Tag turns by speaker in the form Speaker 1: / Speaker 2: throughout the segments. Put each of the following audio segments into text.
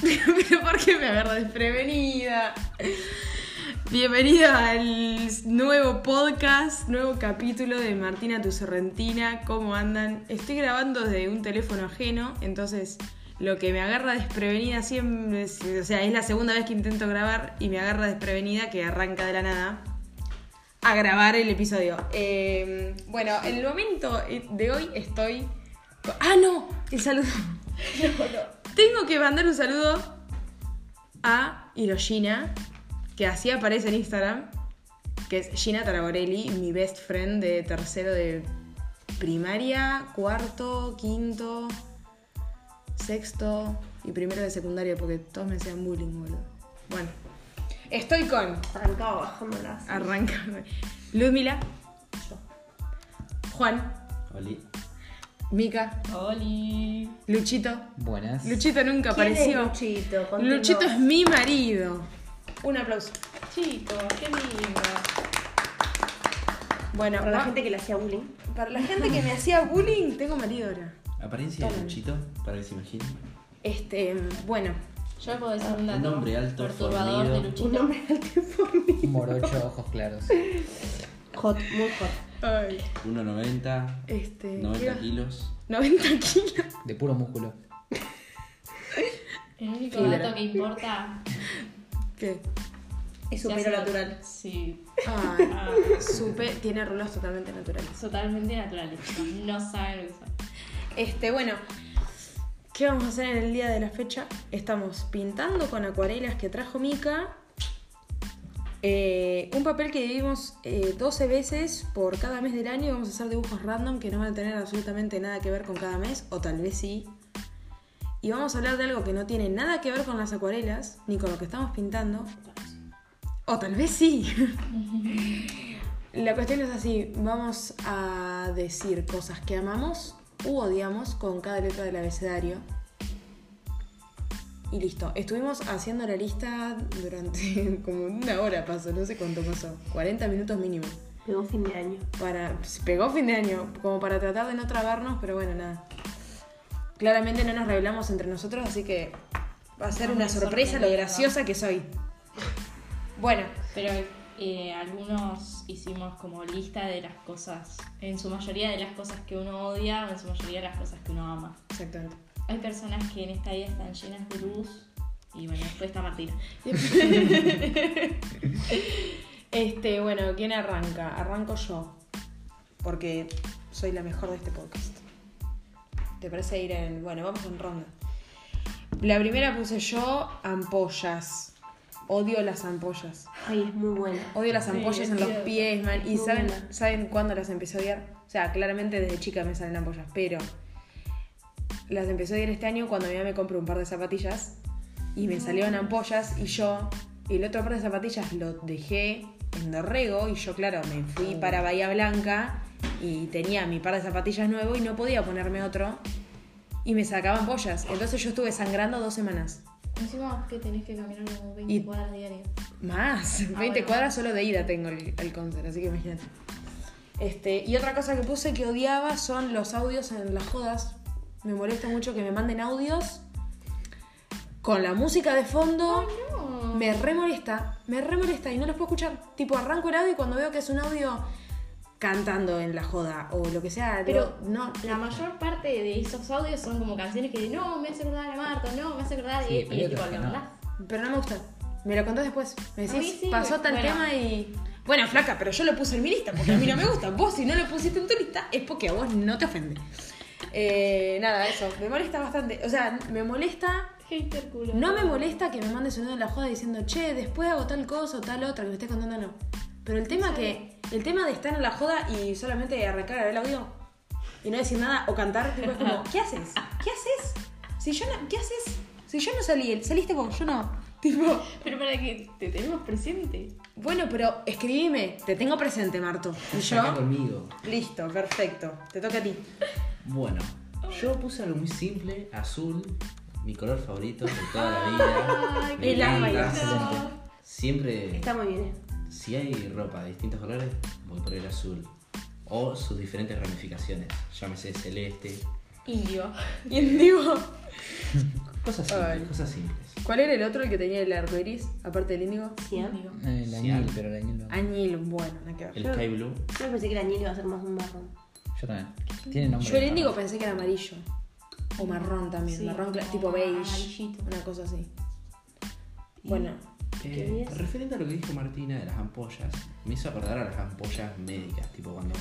Speaker 1: Pero ¿por qué me agarra desprevenida? Bienvenida al nuevo podcast, nuevo capítulo de Martina Tu Sorrentina. ¿Cómo andan? Estoy grabando desde un teléfono ajeno, entonces lo que me agarra desprevenida siempre. es- o sea, es la segunda vez que intento grabar y me agarra desprevenida que arranca de la nada a grabar el episodio. Eh, bueno, el momento de hoy estoy. co- ¡Ah, no! El saludo. Tengo que mandar un saludo a Hiroshina, que así aparece en Instagram, que es Gina Taraborelli, mi best friend de tercero de primaria, cuarto, quinto, sexto y primero de secundaria, porque todos me hacían bullying, boludo. Bueno, estoy con
Speaker 2: Arrancaba
Speaker 1: Ah,
Speaker 2: bajándolas.
Speaker 1: Arranca. Ludmila. Juan.
Speaker 3: Oli.
Speaker 1: Mica.
Speaker 4: Oli.
Speaker 1: Luchito.
Speaker 3: Buenas.
Speaker 1: Luchito nunca
Speaker 2: ¿Quién es
Speaker 1: apareció.
Speaker 2: Luchito? Contanos.
Speaker 1: Luchito es mi marido. Un aplauso.
Speaker 4: Chico, qué lindo.
Speaker 1: Bueno,
Speaker 2: Para
Speaker 1: va-
Speaker 2: la gente que le hacía bullying.
Speaker 1: para la gente que me hacía bullying, tengo marido ahora.
Speaker 3: Apariencia de Luchito, para que se imaginen.
Speaker 1: Este, bueno.
Speaker 4: Yo puedo decir un dato.
Speaker 3: Un hombre alto,
Speaker 4: perturbador
Speaker 3: fornido.
Speaker 4: de
Speaker 2: Un
Speaker 4: Luchito.
Speaker 2: hombre alto y fornido.
Speaker 5: Un morocho, ojos claros.
Speaker 2: Hot, muy hot.
Speaker 3: 1,90,
Speaker 1: Este.
Speaker 3: 90
Speaker 1: ¿qué iba?
Speaker 3: kilos.
Speaker 1: 90 kilos.
Speaker 5: De puro músculo.
Speaker 4: El único
Speaker 1: Fibra.
Speaker 4: dato que importa.
Speaker 1: ¿Qué?
Speaker 2: Es
Speaker 4: se
Speaker 2: un
Speaker 4: hace
Speaker 2: pelo
Speaker 4: nat-
Speaker 2: natural.
Speaker 4: Sí.
Speaker 1: Ah,
Speaker 4: Ah,
Speaker 1: supe, tiene rulos totalmente naturales.
Speaker 4: totalmente naturales, chicos. No saben lo que son.
Speaker 1: Este, bueno, ¿qué vamos a hacer en el día de la fecha? Estamos pintando con acuarelas que trajo Mika. Eh, un papel que dividimos eh, 12 veces por cada mes del año y vamos a hacer dibujos random que no van a tener absolutamente nada que ver con cada mes, o tal vez sí. Y vamos a hablar de algo que no tiene nada que ver con las acuarelas, ni con lo que estamos pintando, o tal vez sí. La cuestión es así, vamos a decir cosas que amamos u odiamos con cada letra del abecedario. Y listo, estuvimos haciendo la lista durante como una hora pasó, no sé cuánto pasó, 40 minutos mínimo.
Speaker 2: Pegó fin de año.
Speaker 1: Para, se pegó fin de año, como para tratar de no trabarnos, pero bueno, nada. Claramente no nos revelamos entre nosotros, así que va a ser
Speaker 4: No
Speaker 1: una
Speaker 4: me
Speaker 1: sorpresa lo
Speaker 4: sorprendió.
Speaker 1: graciosa que soy. Bueno,
Speaker 4: Pero eh, algunos hicimos como lista de las cosas. En su mayoría de las cosas que uno odia o en su mayoría de las cosas que uno ama.
Speaker 1: exactamente.
Speaker 4: Hay personas que en esta vida están llenas de luz. Y bueno, después está Martina.
Speaker 1: Este, bueno, ¿quién arranca? Arranco yo. Porque soy la mejor de este podcast. ¿Te parece ir en. Bueno, vamos en ronda. La primera puse yo, ampollas. Odio las ampollas.
Speaker 2: Ay, es muy bueno.
Speaker 1: Odio las
Speaker 4: Sí,
Speaker 1: ampollas
Speaker 4: es
Speaker 1: en los
Speaker 4: cierto.
Speaker 1: pies, man. ¿Y
Speaker 2: Muy
Speaker 1: saben,
Speaker 2: buena.
Speaker 1: saben cuándo las empecé a odiar? O sea, claramente desde chica me salen ampollas, pero las empecé a odiar este año cuando mi mamá me compró un par de zapatillas y me salieron ampollas y yo el otro par de zapatillas lo dejé en Dorrego y yo, claro, me fui para Bahía Blanca y tenía mi par de zapatillas nuevo y no podía ponerme otro y me sacaban ampollas. Entonces yo estuve sangrando dos semanas.
Speaker 4: Encima que tenés que caminar como 20
Speaker 1: Y-
Speaker 4: cuadras diarias.
Speaker 1: Más, 20
Speaker 4: Ah, bueno.
Speaker 1: cuadras solo de ida tengo el, el concert, así que imagínate. Este, y otra cosa que puse que odiaba son los audios en las jodas. Me molesta mucho que me manden audios con la música de fondo. Me re molesta, me re molesta y no los puedo escuchar. Tipo, arranco el audio y cuando veo que es un audio cantando en la joda o lo que sea,
Speaker 4: Pero
Speaker 1: lo- no.
Speaker 4: La mayor parte de esos audios son como canciones que no, me hace acordar a Marta, no, me hace acordar
Speaker 5: Sí,
Speaker 4: y,
Speaker 5: pero hay
Speaker 4: y es tipo,
Speaker 5: otras que
Speaker 4: la
Speaker 5: no.
Speaker 4: verdad.
Speaker 1: Pero no me gusta. Me lo contás después. Me
Speaker 4: A
Speaker 1: decís,
Speaker 4: mí sí,
Speaker 1: pasó
Speaker 4: me-
Speaker 1: tal
Speaker 4: bueno.
Speaker 1: tema y. Bueno, flaca, pero yo lo puse en mi lista porque a mí no me gusta. Vos, si no lo pusiste en tu lista, es porque a vos no te ofende. Eh, nada, eso. Me molesta bastante. O sea, me molesta.
Speaker 4: Hater culo.
Speaker 1: No me molesta que me mandes un dedo en la joda diciendo, che, después hago tal cosa o tal otra que me estés contando, no. Pero el tema que. El tema de estar en la joda y solamente arrancar el audio y no decir nada o cantar, tipo, es como, ¿qué haces? ¿Qué haces? Si yo no. ¿Qué haces? Si yo no salí, saliste con yo no. Tipo.
Speaker 4: Pero para que te tenemos presente.
Speaker 1: Bueno, pero escribime, te tengo presente, Marto. Y
Speaker 3: Acá
Speaker 1: yo.
Speaker 3: conmigo.
Speaker 1: Listo, perfecto. Te toca a ti.
Speaker 3: Bueno, yo puse algo muy simple, azul, mi color favorito de toda la vida.
Speaker 4: Ay,
Speaker 3: Me
Speaker 1: y las
Speaker 3: encanta.
Speaker 4: bailas.
Speaker 3: Siempre,
Speaker 2: Está muy bien. ¿eh?
Speaker 3: si hay ropa de distintos colores, voy por el azul. O sus diferentes ramificaciones, llámese celeste.
Speaker 4: Indio.
Speaker 1: Indigo.
Speaker 3: Cosas simples,
Speaker 1: Ay.
Speaker 3: cosas simples.
Speaker 1: ¿Cuál era el otro el que tenía el arcoiris, aparte del índigo?
Speaker 2: Cian.
Speaker 4: Digo,
Speaker 5: Eh, el
Speaker 3: Sí,
Speaker 5: añil,
Speaker 3: algo.
Speaker 5: pero el añil no.
Speaker 1: Añil, bueno, no que ver.
Speaker 3: El Sky Blue.
Speaker 2: Yo pensé que el añil iba a ser más un marrón.
Speaker 5: Yo también. Tiene nombre.
Speaker 1: Yo el
Speaker 5: de
Speaker 1: índigo
Speaker 5: perro.
Speaker 1: pensé que era amarillo. O marrón también,
Speaker 4: Sí,
Speaker 1: marrón cla-
Speaker 4: o
Speaker 1: tipo beige.
Speaker 4: amarillito.
Speaker 1: Una cosa así.
Speaker 2: Y-
Speaker 1: Bueno,
Speaker 3: Eh,
Speaker 2: es?
Speaker 3: referente a lo que dijo Martina de las ampollas, me hizo acordar a las ampollas médicas, tipo cuando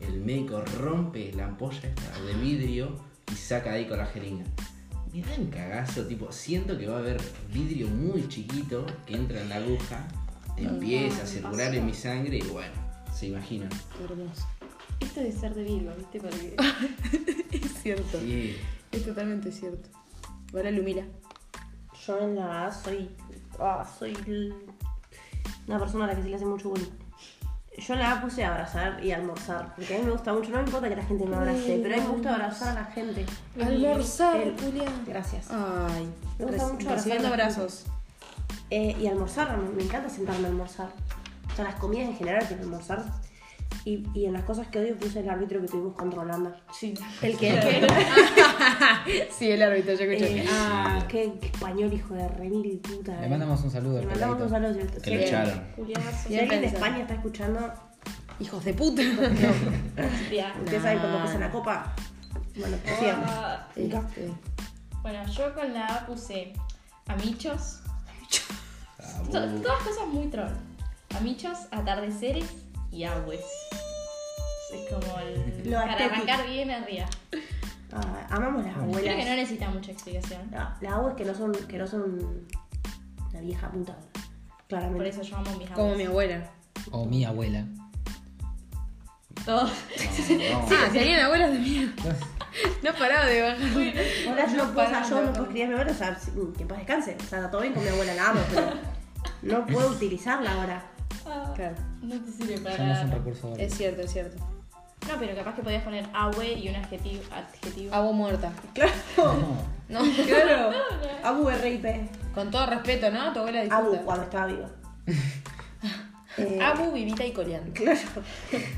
Speaker 3: el médico rompe la ampolla esta de vidrio y saca ahí con la jeringa. Me da un cagazo, tipo, siento que va a haber vidrio muy chiquito que entra en la aguja, empieza a circular en mi sangre y bueno, se imagina.
Speaker 1: hermoso.
Speaker 4: Esto de ser de Virgo, ¿viste? Porque
Speaker 1: Es cierto,
Speaker 3: Y
Speaker 1: es totalmente cierto. Ahora Lumila.
Speaker 2: Yo en la verdad soy. ah, soy l- una persona a la que se le hace mucho bullying. Yo en la A puse a abrazar y almorzar, porque a mí me gusta mucho, no me importa que la gente me abrace, pero a mí me gusta abrazar a la gente.
Speaker 1: Almorzar,
Speaker 2: El-
Speaker 1: Julián.
Speaker 2: Gracias.
Speaker 1: Ay,
Speaker 2: Me gusta
Speaker 1: reci-
Speaker 2: mucho abrazar
Speaker 1: recibiendo
Speaker 2: a la gente.
Speaker 1: abrazos.
Speaker 2: Eh, y almorzar, me, me encanta sentarme a almorzar. O sea, las comidas en general, pero almorzar. Y, y en las cosas que odio puse el árbitro que tuvimos contra Holanda.
Speaker 4: Sí.
Speaker 2: El que era.
Speaker 1: sí, el árbitro, yo escuché.
Speaker 2: Eh, ah, qué qué español, hijo de remil puta.
Speaker 5: Le
Speaker 2: eh.
Speaker 5: mandamos un saludo
Speaker 2: Le
Speaker 5: al
Speaker 2: mandamos
Speaker 5: peladito.
Speaker 2: un saludo. ¿cierto?
Speaker 3: que lo
Speaker 2: Sí.
Speaker 3: echaron.
Speaker 4: Julianazo.
Speaker 2: Si alguien de
Speaker 1: pensado.
Speaker 2: España está escuchando,
Speaker 1: Hijos de puta.
Speaker 4: Julia.
Speaker 2: Ustedes saben cuando pasa la copa. Bueno, pues, por siempre.
Speaker 4: Ah.
Speaker 1: Este,
Speaker 4: Bueno, yo con la A puse amichos.
Speaker 3: Tabú.
Speaker 4: To-
Speaker 5: Uh.
Speaker 4: todas cosas muy troll. Amichos, atardeceres y aguas. Es como el.
Speaker 2: Lo
Speaker 4: para
Speaker 2: estético.
Speaker 4: arrancar bien arriba.
Speaker 2: Ah, amamos las
Speaker 4: Creo que no
Speaker 2: abuelas.
Speaker 4: necesita mucha explicación.
Speaker 2: No, las abuelas que no son, que no son la vieja puta.
Speaker 4: Por
Speaker 2: Claramente.
Speaker 4: eso yo amo a mis
Speaker 1: como
Speaker 4: abuelas.
Speaker 1: mi abuela.
Speaker 5: O mi abuela.
Speaker 4: Todos.
Speaker 3: No, no.
Speaker 1: Ah, serían abuelas de mí. No paraba de bajar.
Speaker 2: Ahora yo no puedo, o sea, yo no
Speaker 1: pagando.
Speaker 2: puedo criar mi abuela, o sea, si- mm, que en paz descanse. O sea, está todo bien con mi abuela, la amo, pero no puedo utilizarla ahora.
Speaker 4: Ah,
Speaker 1: Claro,
Speaker 4: No te sirve para
Speaker 5: Ya no es un
Speaker 4: nada.
Speaker 5: recurso ahora.
Speaker 1: es cierto, es cierto.
Speaker 4: No, pero capaz que podías poner abue y un adjetivo. adjetivo.
Speaker 1: Abo muerta.
Speaker 5: No.
Speaker 1: No,
Speaker 2: Claro. Abu RIP.
Speaker 1: con todo respeto, ¿no? Tu abuela
Speaker 2: Abu
Speaker 1: disfruta.
Speaker 2: cuando estaba viva. Eh,
Speaker 1: Abu, vivita y coreana.
Speaker 2: Claro.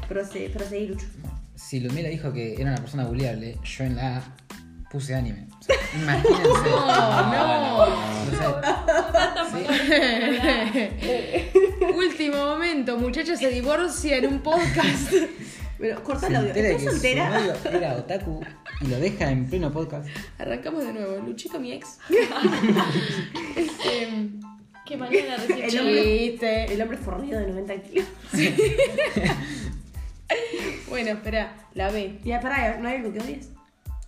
Speaker 2: Procede, procede, Lucho.
Speaker 5: Si Lumila dijo que era una persona buleable, yo en la A puse anime. O sea, imagínense.
Speaker 1: No, no.
Speaker 5: O sea,
Speaker 1: Ah, Último momento, muchachos se divorcia en un podcast.
Speaker 2: Pero corta
Speaker 5: se
Speaker 2: el audio.
Speaker 5: entera
Speaker 2: ¿Estás
Speaker 5: que su
Speaker 2: soltera?
Speaker 5: novio era otaku y lo deja en pleno podcast.
Speaker 1: Arrancamos de nuevo. Luchito, mi ex. Este,
Speaker 4: Que mañana recién.
Speaker 2: El hombre, el hombre fornido de 90 kilos.
Speaker 1: bueno, espera, la B.
Speaker 2: Ya, eh, pará, ¿no hay algo que odies?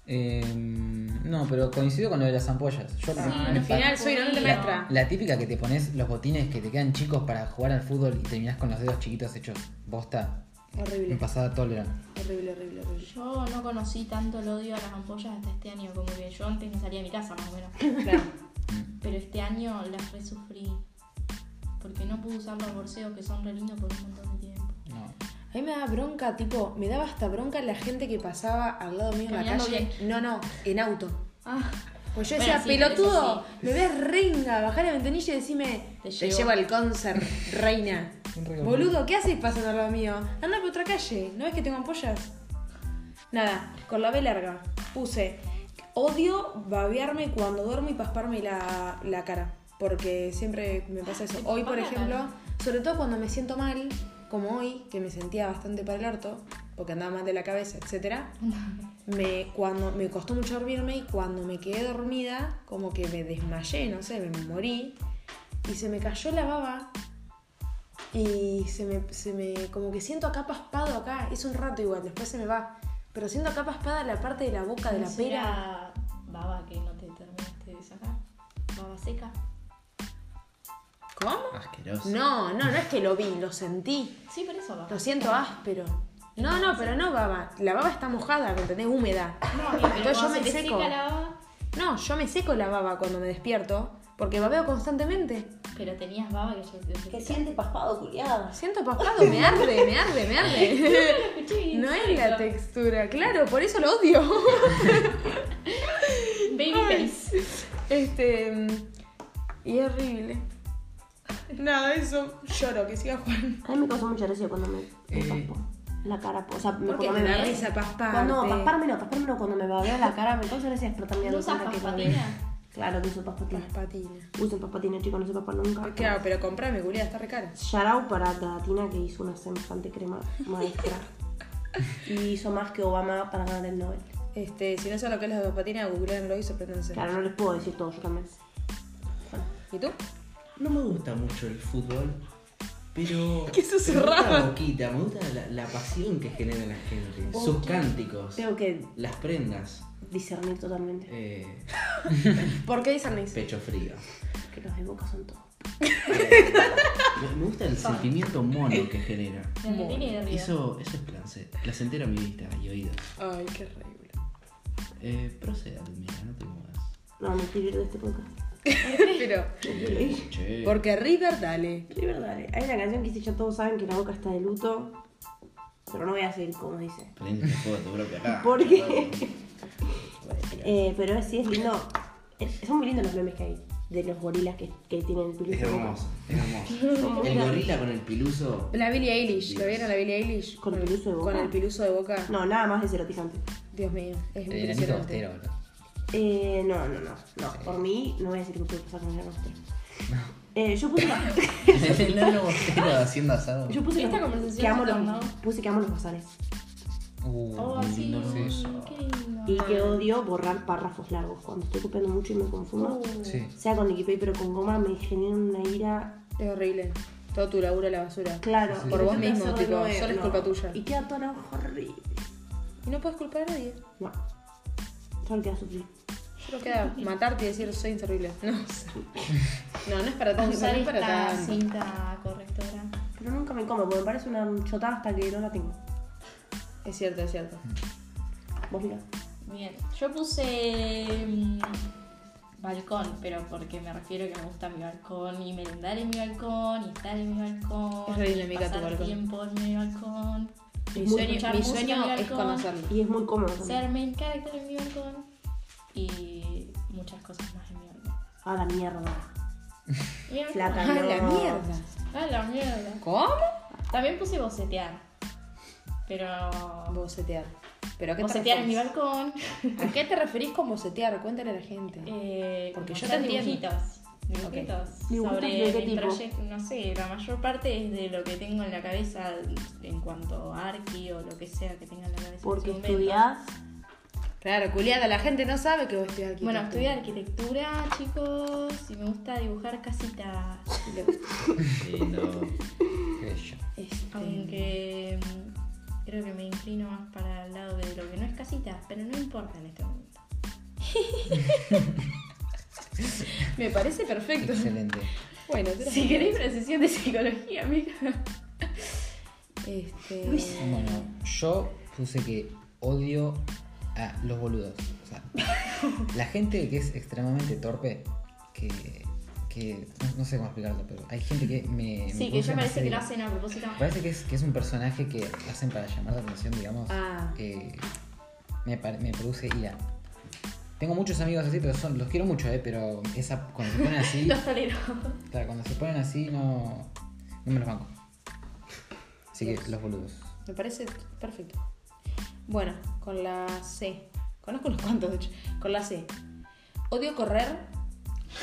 Speaker 5: Eh, no, pero coincido con lo de las ampollas. Yo me- me
Speaker 1: Ah, Al final soy una
Speaker 4: Judío.
Speaker 1: maestra.
Speaker 5: La típica que te pones los botines que te quedan chicos para jugar al fútbol y terminás con los dedos chiquitos hechos bosta.
Speaker 1: Horrible,
Speaker 5: Me pasaba todo el verano.
Speaker 1: horrible, horrible, horrible.
Speaker 4: Yo no conocí tanto el odio a las ampollas hasta este año, como que yo antes no salía de mi casa más o menos.
Speaker 1: Claro.
Speaker 4: Pero este año las resufrí. Porque no pude usar los borseos que son re lindos por un montón de tiempo.
Speaker 5: No.
Speaker 1: A mí me daba bronca, tipo, me daba hasta bronca la gente que pasaba al lado mío en la
Speaker 4: Caminando
Speaker 1: calle. No, no, en auto.
Speaker 4: Ah,
Speaker 1: Pues yo
Speaker 4: Bueno,
Speaker 1: decía,
Speaker 4: sí, pero eso
Speaker 1: pelotudo, me ves renga, bajá la ventanilla y decime, te,
Speaker 4: Te
Speaker 1: llevo.
Speaker 4: llevo".
Speaker 1: al concert, reina.
Speaker 5: Un regalo.
Speaker 1: Boludo, ¿qué haces pasando al lado mío? Anda por otra calle, ¿no ves que tengo ampollas? Nada, con la B larga, puse, odio babearme cuando duermo y pasparme la, la cara, porque siempre me pasa eso. Hoy, por
Speaker 4: paspás la
Speaker 1: ejemplo,
Speaker 4: cara.
Speaker 1: sobre todo cuando me siento mal, como hoy, que me sentía bastante para el harto, porque andaba mal de la cabeza, etcétera, me, cuando, me costó mucho dormirme y cuando me quedé dormida, como que me desmayé, no sé, me morí. Y se me cayó la baba. Y se me, se me como que siento acá paspado acá. Es un rato igual, después se me va. Pero siento acá paspada la parte de la boca, de la pera.
Speaker 4: ¿no será Baba que no te terminaste de sacar. Baba seca.
Speaker 1: ¿Cómo?
Speaker 3: Ah, Asqueroso.
Speaker 1: No, no, no es que lo vi, lo sentí.
Speaker 4: Sí, pero eso baba.
Speaker 1: Lo siento áspero. No, no, pero no baba. La baba está mojada, ¿me entendés? Húmeda.
Speaker 4: No, amiga, pero
Speaker 1: Entonces yo
Speaker 4: cuando
Speaker 1: me
Speaker 4: se te
Speaker 1: seco.
Speaker 4: seca la baba.
Speaker 1: No, yo me seco la baba cuando me despierto. Porque babeo constantemente.
Speaker 4: Pero tenías baba que yo te
Speaker 2: Que
Speaker 4: te-
Speaker 2: sientes paspado, culiado.
Speaker 1: Siento paspado, me arde, me arde, me arde.
Speaker 4: Escuché,
Speaker 1: No es
Speaker 4: sorry,
Speaker 1: la
Speaker 4: no.
Speaker 1: textura, claro, por eso lo odio.
Speaker 4: Baby face.
Speaker 1: Este. mm, Y es horrible. Nada, eso lloro, que siga Juan.
Speaker 2: A mí me causó mucha gracia cuando me, me
Speaker 3: Eh.
Speaker 2: paspo. La cara, o sea, me,
Speaker 1: Porque
Speaker 2: cuando
Speaker 1: me da
Speaker 2: babeo.
Speaker 1: risa pasparte.
Speaker 2: Cuando, no, paspármelo, paspármelo cuando me babeo la cara, me causa gracia despertarme a
Speaker 4: ¿No
Speaker 2: la
Speaker 4: usas
Speaker 2: cara que babeo.
Speaker 4: paspatina?
Speaker 2: Claro que uso
Speaker 1: Las
Speaker 2: paspatina.
Speaker 1: patinas.
Speaker 2: Usen paspatina, chicos, no se paspan nunca.
Speaker 1: Claro, pero comprame, culiada, está re cara.
Speaker 2: Shout out para Gatina que hizo una semejante crema maestra. y hizo más que Obama para ganar el Nobel.
Speaker 1: Este, si no saben lo que es las dos patinas, googleenlo y sorpréndanse.
Speaker 2: Claro, no les puedo decir todo, yo también.
Speaker 1: ¿Y tú?
Speaker 3: No me gusta mucho el fútbol, pero.
Speaker 1: ¿Qué sos
Speaker 3: pero me gusta
Speaker 1: raro?
Speaker 3: Boquita, me gusta la, la pasión que genera la gente. Sus cánticos.
Speaker 2: Tengo que
Speaker 3: Las prendas.
Speaker 2: discernir totalmente
Speaker 3: eh,
Speaker 1: ¿Por qué discernís?
Speaker 3: pecho frío.
Speaker 2: que los de Boca son todos.
Speaker 3: Eh, me- me gusta el sentimiento mono que genera.
Speaker 4: De Argentina y de River.
Speaker 3: Eso, eso es place- placentero a mi vista y oídos.
Speaker 1: Ay, qué horrible.
Speaker 3: Eh, proceda, mira, no te muevas.
Speaker 2: No, me quiero ir de este podcast.
Speaker 1: Pero,
Speaker 3: Eh, Che.
Speaker 1: porque River, dale.
Speaker 2: De verdad, eh, hay una canción que dice, ya todos saben que la Boca está de luto, pero no voy a seguir como dice.
Speaker 3: Prende la foto, bro, que acá.
Speaker 2: ¿Por qué? Eh, pero sí es lindo. Eh, Son muy lindos los memes que hay de los gorilas que, que tienen el
Speaker 3: Es
Speaker 2: piluso.
Speaker 3: hermoso, es hermoso. El gorila con el piluso.
Speaker 1: La Billie Eilish, ¿lo vieron a la Billie Eilish?
Speaker 2: Con el piluso de boca.
Speaker 1: Con el piluso de boca.
Speaker 2: No, nada más deserotizante.
Speaker 1: Dios mío, es
Speaker 5: El enanito
Speaker 1: impresionante.
Speaker 5: austero, boludo.
Speaker 2: Eh, no, no, no, no. Por mí, no voy a decir que puedo pasar con el rostro. Eh, yo puse, la-
Speaker 5: El enano austero haciendo asado.
Speaker 2: yo puse
Speaker 4: Esta
Speaker 2: los-
Speaker 4: conversación
Speaker 2: que amo
Speaker 4: se
Speaker 2: los,
Speaker 4: tornó-
Speaker 2: puse que amo los bazares
Speaker 5: Uh,
Speaker 4: Oh,
Speaker 3: Muy
Speaker 4: sí,
Speaker 3: lindo eso.
Speaker 4: qué
Speaker 1: Ah,
Speaker 4: lindo.
Speaker 2: y que odio borrar párrafos largos cuando estoy copiando mucho y me confundo.
Speaker 1: Uh.
Speaker 5: Sí.
Speaker 2: Sea con Wikipedia, pero con goma me genera una ira
Speaker 1: Es horrible. Todo tu laburo a la basura.
Speaker 2: Claro,
Speaker 1: Por vos
Speaker 2: intenta
Speaker 1: mismo,
Speaker 2: hacer de
Speaker 1: tipo,
Speaker 2: nuevo,
Speaker 1: solo es culpa tuya.
Speaker 2: Y queda toda la hoja horrible.
Speaker 1: Y no puedes culpar a nadie.
Speaker 2: No, solo queda sufrir.
Speaker 1: Solo queda matarte y decir soy inservible. No, o sea, no, no es para tanto.
Speaker 4: Usar
Speaker 1: No es para
Speaker 4: esta
Speaker 1: tanto.
Speaker 4: cinta correctora.
Speaker 2: Pero nunca me como, porque me parece una chotada hasta que no la tengo.
Speaker 1: Es cierto, es cierto.
Speaker 2: Vos mirá.
Speaker 4: Bien. Yo puse mm, balcón, pero porque me refiero que me gusta mi balcón y merendar en mi balcón y estar en mi balcón.
Speaker 1: Es re dinámica tu
Speaker 4: pasar
Speaker 1: balcón.
Speaker 4: tiempo en mi balcón.
Speaker 1: Mi
Speaker 4: Muy
Speaker 1: sueño,
Speaker 4: escuchar
Speaker 1: mi
Speaker 4: música en
Speaker 1: sueño
Speaker 4: mi
Speaker 1: es
Speaker 4: balcón.
Speaker 1: conocerlo.
Speaker 2: Y es muy cómodo. también.
Speaker 4: Ser main character en mi balcón y muchas cosas más en mi balcón.
Speaker 2: A Ah, la mierda.
Speaker 4: Mi balcón.
Speaker 2: Flaca.
Speaker 1: ¡Ah, la
Speaker 2: No.
Speaker 1: mierda!
Speaker 4: Ah, la mierda.
Speaker 1: ¿Cómo?
Speaker 4: También puse bocetear. Pero.
Speaker 1: Bocetear. ¿Pero a qué
Speaker 4: Bocetear en
Speaker 1: te
Speaker 4: mi
Speaker 1: referís?
Speaker 4: balcón.
Speaker 1: ¿A qué te referís con bocetear? Cuéntale a la gente.
Speaker 4: Eh,
Speaker 1: Porque
Speaker 4: como
Speaker 1: yo
Speaker 4: hacer
Speaker 1: te entiendo.
Speaker 4: Dibujitos. Dibujitos.
Speaker 2: ¿Dibujitos
Speaker 4: Sobre
Speaker 2: de qué
Speaker 4: mi
Speaker 2: tipo?
Speaker 4: proyecto, no sé, la mayor parte es de lo que tengo en la cabeza en cuanto a arqui o lo que sea que tenga en la cabeza. en
Speaker 2: Porque
Speaker 4: ese momento.
Speaker 2: estudiás.
Speaker 1: Claro, culiada, la gente no sabe que vos estudias aquí.
Speaker 4: Bueno, estudié arquitectura, chicos, y me gusta dibujar casitas.
Speaker 3: Lindo.
Speaker 5: Qué sé yo.
Speaker 1: Este,
Speaker 4: Aunque mm, creo que me inclino más para el lado de lo que no es casita, pero no importa en este momento.
Speaker 1: Me parece perfecto.
Speaker 5: Excelente.
Speaker 1: Bueno, te
Speaker 4: Si queréis una sesión de psicología, amiga.
Speaker 1: Este.
Speaker 5: Bueno, yo puse que odio a los boludos. O sea, la gente que es extremadamente torpe, que. que no, no sé cómo explicarlo, pero hay gente que me. me
Speaker 4: Sí, que
Speaker 5: produce
Speaker 4: ya parece que lo
Speaker 5: demasiado-
Speaker 4: hacen a propósito.
Speaker 5: Parece que es, que es un personaje que hacen para llamar la atención, digamos.
Speaker 1: Ah.
Speaker 5: eh, me, par- me produce ira. Tengo muchos amigos así, pero son, los quiero mucho, eh, pero esa, cuando se ponen así,
Speaker 4: Los tolero.
Speaker 5: claro, cuando se ponen así no, no me los banco. Así que los boludos.
Speaker 1: Me parece perfecto. Bueno, con la C. Conozco unos cuantos, de hecho. Con la C. Odio correr,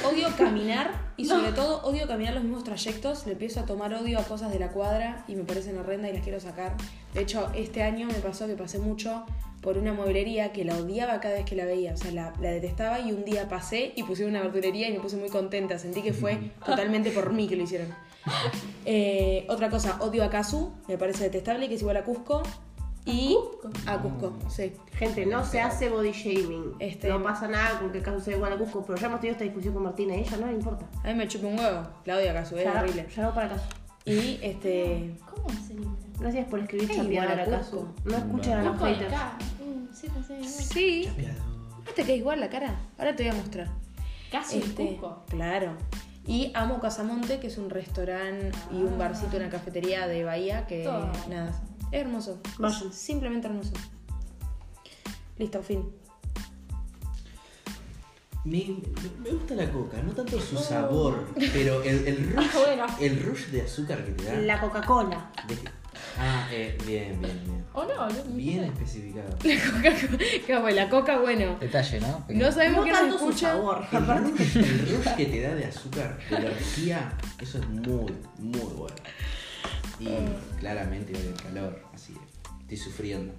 Speaker 1: odio caminar y sobre todo odio caminar los mismos trayectos. Le empiezo a tomar odio a cosas de la cuadra y me parecen horrendas y las quiero sacar. De hecho, este año me pasó que pasé mucho por una mueblería que la odiaba cada vez que la veía. O sea, la, la detestaba y un día pasé y pusieron una verdulería y me puse muy contenta. Sentí que fue totalmente por mí que lo hicieron. Eh, otra cosa, odio a Kazu, me parece detestable, que es igual a Cusco. Y a Cusco, sí.
Speaker 2: Gente, no se hace body shaming.
Speaker 1: Este-
Speaker 2: No pasa nada con que el caso sea igual a Cusco, pero ya hemos tenido esta discusión con Martina y ella no le importa.
Speaker 1: A mí me chupa un huevo, la odio a Kazu, es
Speaker 2: Ya,
Speaker 1: horrible.
Speaker 2: ya no para caso.
Speaker 1: Y este.
Speaker 4: ¿Cómo se libra?
Speaker 2: Gracias por escribir
Speaker 1: Es
Speaker 2: chapear
Speaker 1: igual a
Speaker 2: a caso.
Speaker 1: Cusco.
Speaker 2: No escuchan a
Speaker 4: No
Speaker 2: los
Speaker 4: con
Speaker 2: haters.
Speaker 4: K. Mm, Sí, no sé.
Speaker 1: Sí. ¿No te queda igual la cara? Ahora te voy a mostrar.
Speaker 4: Casi un
Speaker 1: Este,
Speaker 4: cuco.
Speaker 1: claro. Y amo Casamonte, que es un restaurante y un barcito, una cafetería de Bahía que.
Speaker 4: Todo.
Speaker 1: Nada. Es hermoso.
Speaker 2: Vayan.
Speaker 1: Es simplemente hermoso. Listo, fin.
Speaker 3: Me, me gusta la coca, no tanto su sabor, pero el, el rush,
Speaker 4: Oh. Ah, Bueno.
Speaker 3: el rush de azúcar que te da.
Speaker 2: La Coca-Cola.
Speaker 3: de que- Ah, eh, bien, bien, bien.
Speaker 4: ¿O Oh, no? no me
Speaker 3: Bien
Speaker 4: importa.
Speaker 3: especificado.
Speaker 1: Coca, bueno, la coca, bueno.
Speaker 5: Detalle, ¿no? Pequeño.
Speaker 1: No sabemos
Speaker 2: No
Speaker 1: qué
Speaker 2: tanto
Speaker 1: nos
Speaker 2: su
Speaker 1: escucha.
Speaker 2: sabor,
Speaker 3: El
Speaker 2: aparte.
Speaker 3: rush- el rush que te da de azúcar, de energía, eso es muy, muy bueno. Y
Speaker 4: Eh.
Speaker 3: claramente el calor, así que estoy sufriendo.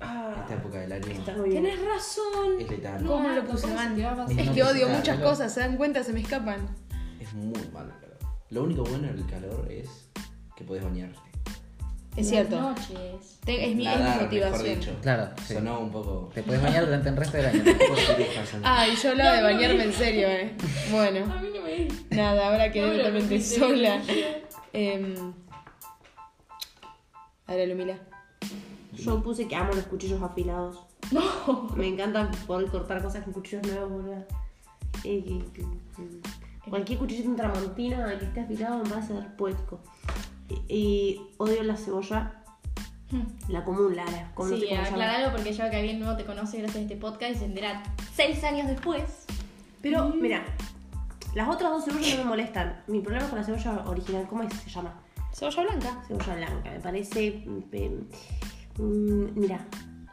Speaker 2: Ah,
Speaker 3: Esta época del año
Speaker 2: está muy bien.
Speaker 1: Tenés razón.
Speaker 3: es letal,
Speaker 1: No. ¿Cómo lo puse
Speaker 4: ¿cómo
Speaker 1: mal?
Speaker 4: se te va a pasar?
Speaker 1: Es
Speaker 5: No
Speaker 1: que odio
Speaker 5: necesitas,
Speaker 1: muchas
Speaker 5: boludo.
Speaker 1: cosas, se dan cuenta, se me escapan.
Speaker 3: es muy malo el calor. Lo único bueno del calor es que podés bañarte.
Speaker 1: Es
Speaker 4: Las
Speaker 1: cierto.
Speaker 4: noches.
Speaker 1: Te- es, mi, es mi
Speaker 3: Nadar,
Speaker 1: motivación.
Speaker 3: Mejor dicho.
Speaker 5: Claro, sí.
Speaker 3: Sonó un poco.
Speaker 5: Te puedes bañar durante el resto del año.
Speaker 3: un poco ciruja, sonó.
Speaker 4: Ah,
Speaker 1: Ay, yo hablaba de
Speaker 4: No, no,
Speaker 1: bañarme
Speaker 4: no.
Speaker 1: en serio, eh.
Speaker 4: A
Speaker 1: Bueno,
Speaker 4: mí no me digas.
Speaker 1: nada, ahora quedé
Speaker 4: No, pero
Speaker 1: totalmente
Speaker 4: me sentí
Speaker 1: sola.
Speaker 4: bien.
Speaker 1: Em, ahora Lumila.
Speaker 2: Yo puse que amo los cuchillos afilados.
Speaker 4: No.
Speaker 2: Me encanta poder cortar cosas con cuchillos nuevos, boludo. Eh, que- que- que- Cualquier cuchillo en tramontina que esté afilado me va a hacer puesco. Y, y odio la cebolla. La común, la, la como no sé
Speaker 4: Sí,
Speaker 2: cómo se llama.
Speaker 4: aclaralo porque yo que alguien nuevo te conoce gracias a este podcast y se entera seis años después.
Speaker 2: Pero,
Speaker 4: Mm.
Speaker 2: mira, las otras dos cebollas no me molestan. Mi problema con la cebolla original, ¿cómo es que se llama?
Speaker 1: Cebolla blanca.
Speaker 2: Cebolla blanca, me parece. eh, mm, mira,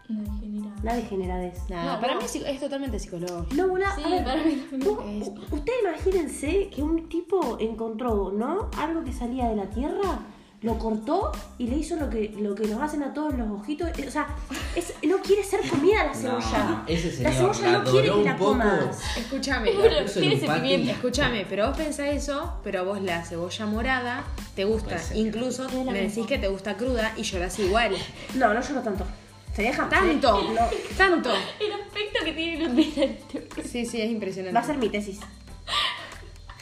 Speaker 4: No dije ni nada.
Speaker 2: la degeneradez.
Speaker 1: Nada,
Speaker 4: No,
Speaker 1: para
Speaker 4: no.
Speaker 1: mí es, psico- es totalmente psicológico.
Speaker 2: No, boluda,
Speaker 4: Sí,
Speaker 2: a ver,
Speaker 4: para mí también
Speaker 2: u-
Speaker 1: es.
Speaker 2: u- Ustedes imagínense que un tipo encontró, ¿no? Algo que salía de la tierra, lo cortó y le hizo lo que, lo que nos hacen a todos los ojitos. Eh, O sea, es- no quiere ser comida la cebolla.
Speaker 3: No, ese
Speaker 2: la
Speaker 3: señor
Speaker 2: cebolla
Speaker 3: la
Speaker 2: no quiere
Speaker 3: doró
Speaker 2: que
Speaker 3: un
Speaker 2: la
Speaker 3: poco.
Speaker 2: comas.
Speaker 1: Escúchame.
Speaker 3: La puso en
Speaker 4: Tiene
Speaker 3: un
Speaker 4: ese
Speaker 3: patio.
Speaker 4: pimiento.
Speaker 1: Escúchame, pero vos pensás eso, pero a vos la cebolla morada te gusta.
Speaker 3: Puede ser.
Speaker 1: Incluso
Speaker 4: la
Speaker 1: me decís
Speaker 4: misma.
Speaker 1: que te gusta cruda y llorás igual.
Speaker 2: No, no lloro tanto. ¿Se deja?
Speaker 1: ¡Tanto!
Speaker 2: No.
Speaker 1: ¡Tanto!
Speaker 4: El aspecto que tiene Luminante.
Speaker 1: Sí, sí, es impresionante.
Speaker 2: Va a ser mi tesis.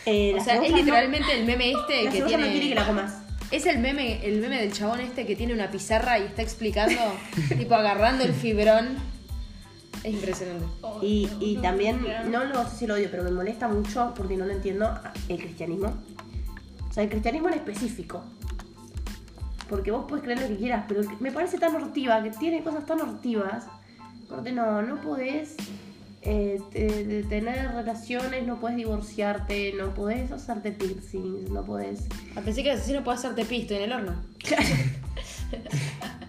Speaker 2: Eh,
Speaker 1: o
Speaker 2: la
Speaker 1: sea, es
Speaker 2: cebolla no-
Speaker 1: literalmente el meme este
Speaker 2: la
Speaker 1: que
Speaker 2: cebolla
Speaker 1: tiene.
Speaker 2: no quiere que la comas.
Speaker 1: Es el meme, el meme del chabón este que tiene una pizarra y está explicando, tipo agarrando el fibrón. Es impresionante.
Speaker 4: Oh,
Speaker 2: Y, y también, no lo sé si lo odio, pero me molesta mucho porque no lo entiendo el cristianismo. O sea, el cristianismo en específico. Porque vos puedes creer lo que quieras, pero me parece tan hortiva, que tiene cosas tan hortivas. Corte, no, no podés eh, te- tener relaciones, no podés divorciarte, no podés hacerte piercings, no podés.
Speaker 1: Ah, Pensé que el asesino puede hacerte pisto en el horno.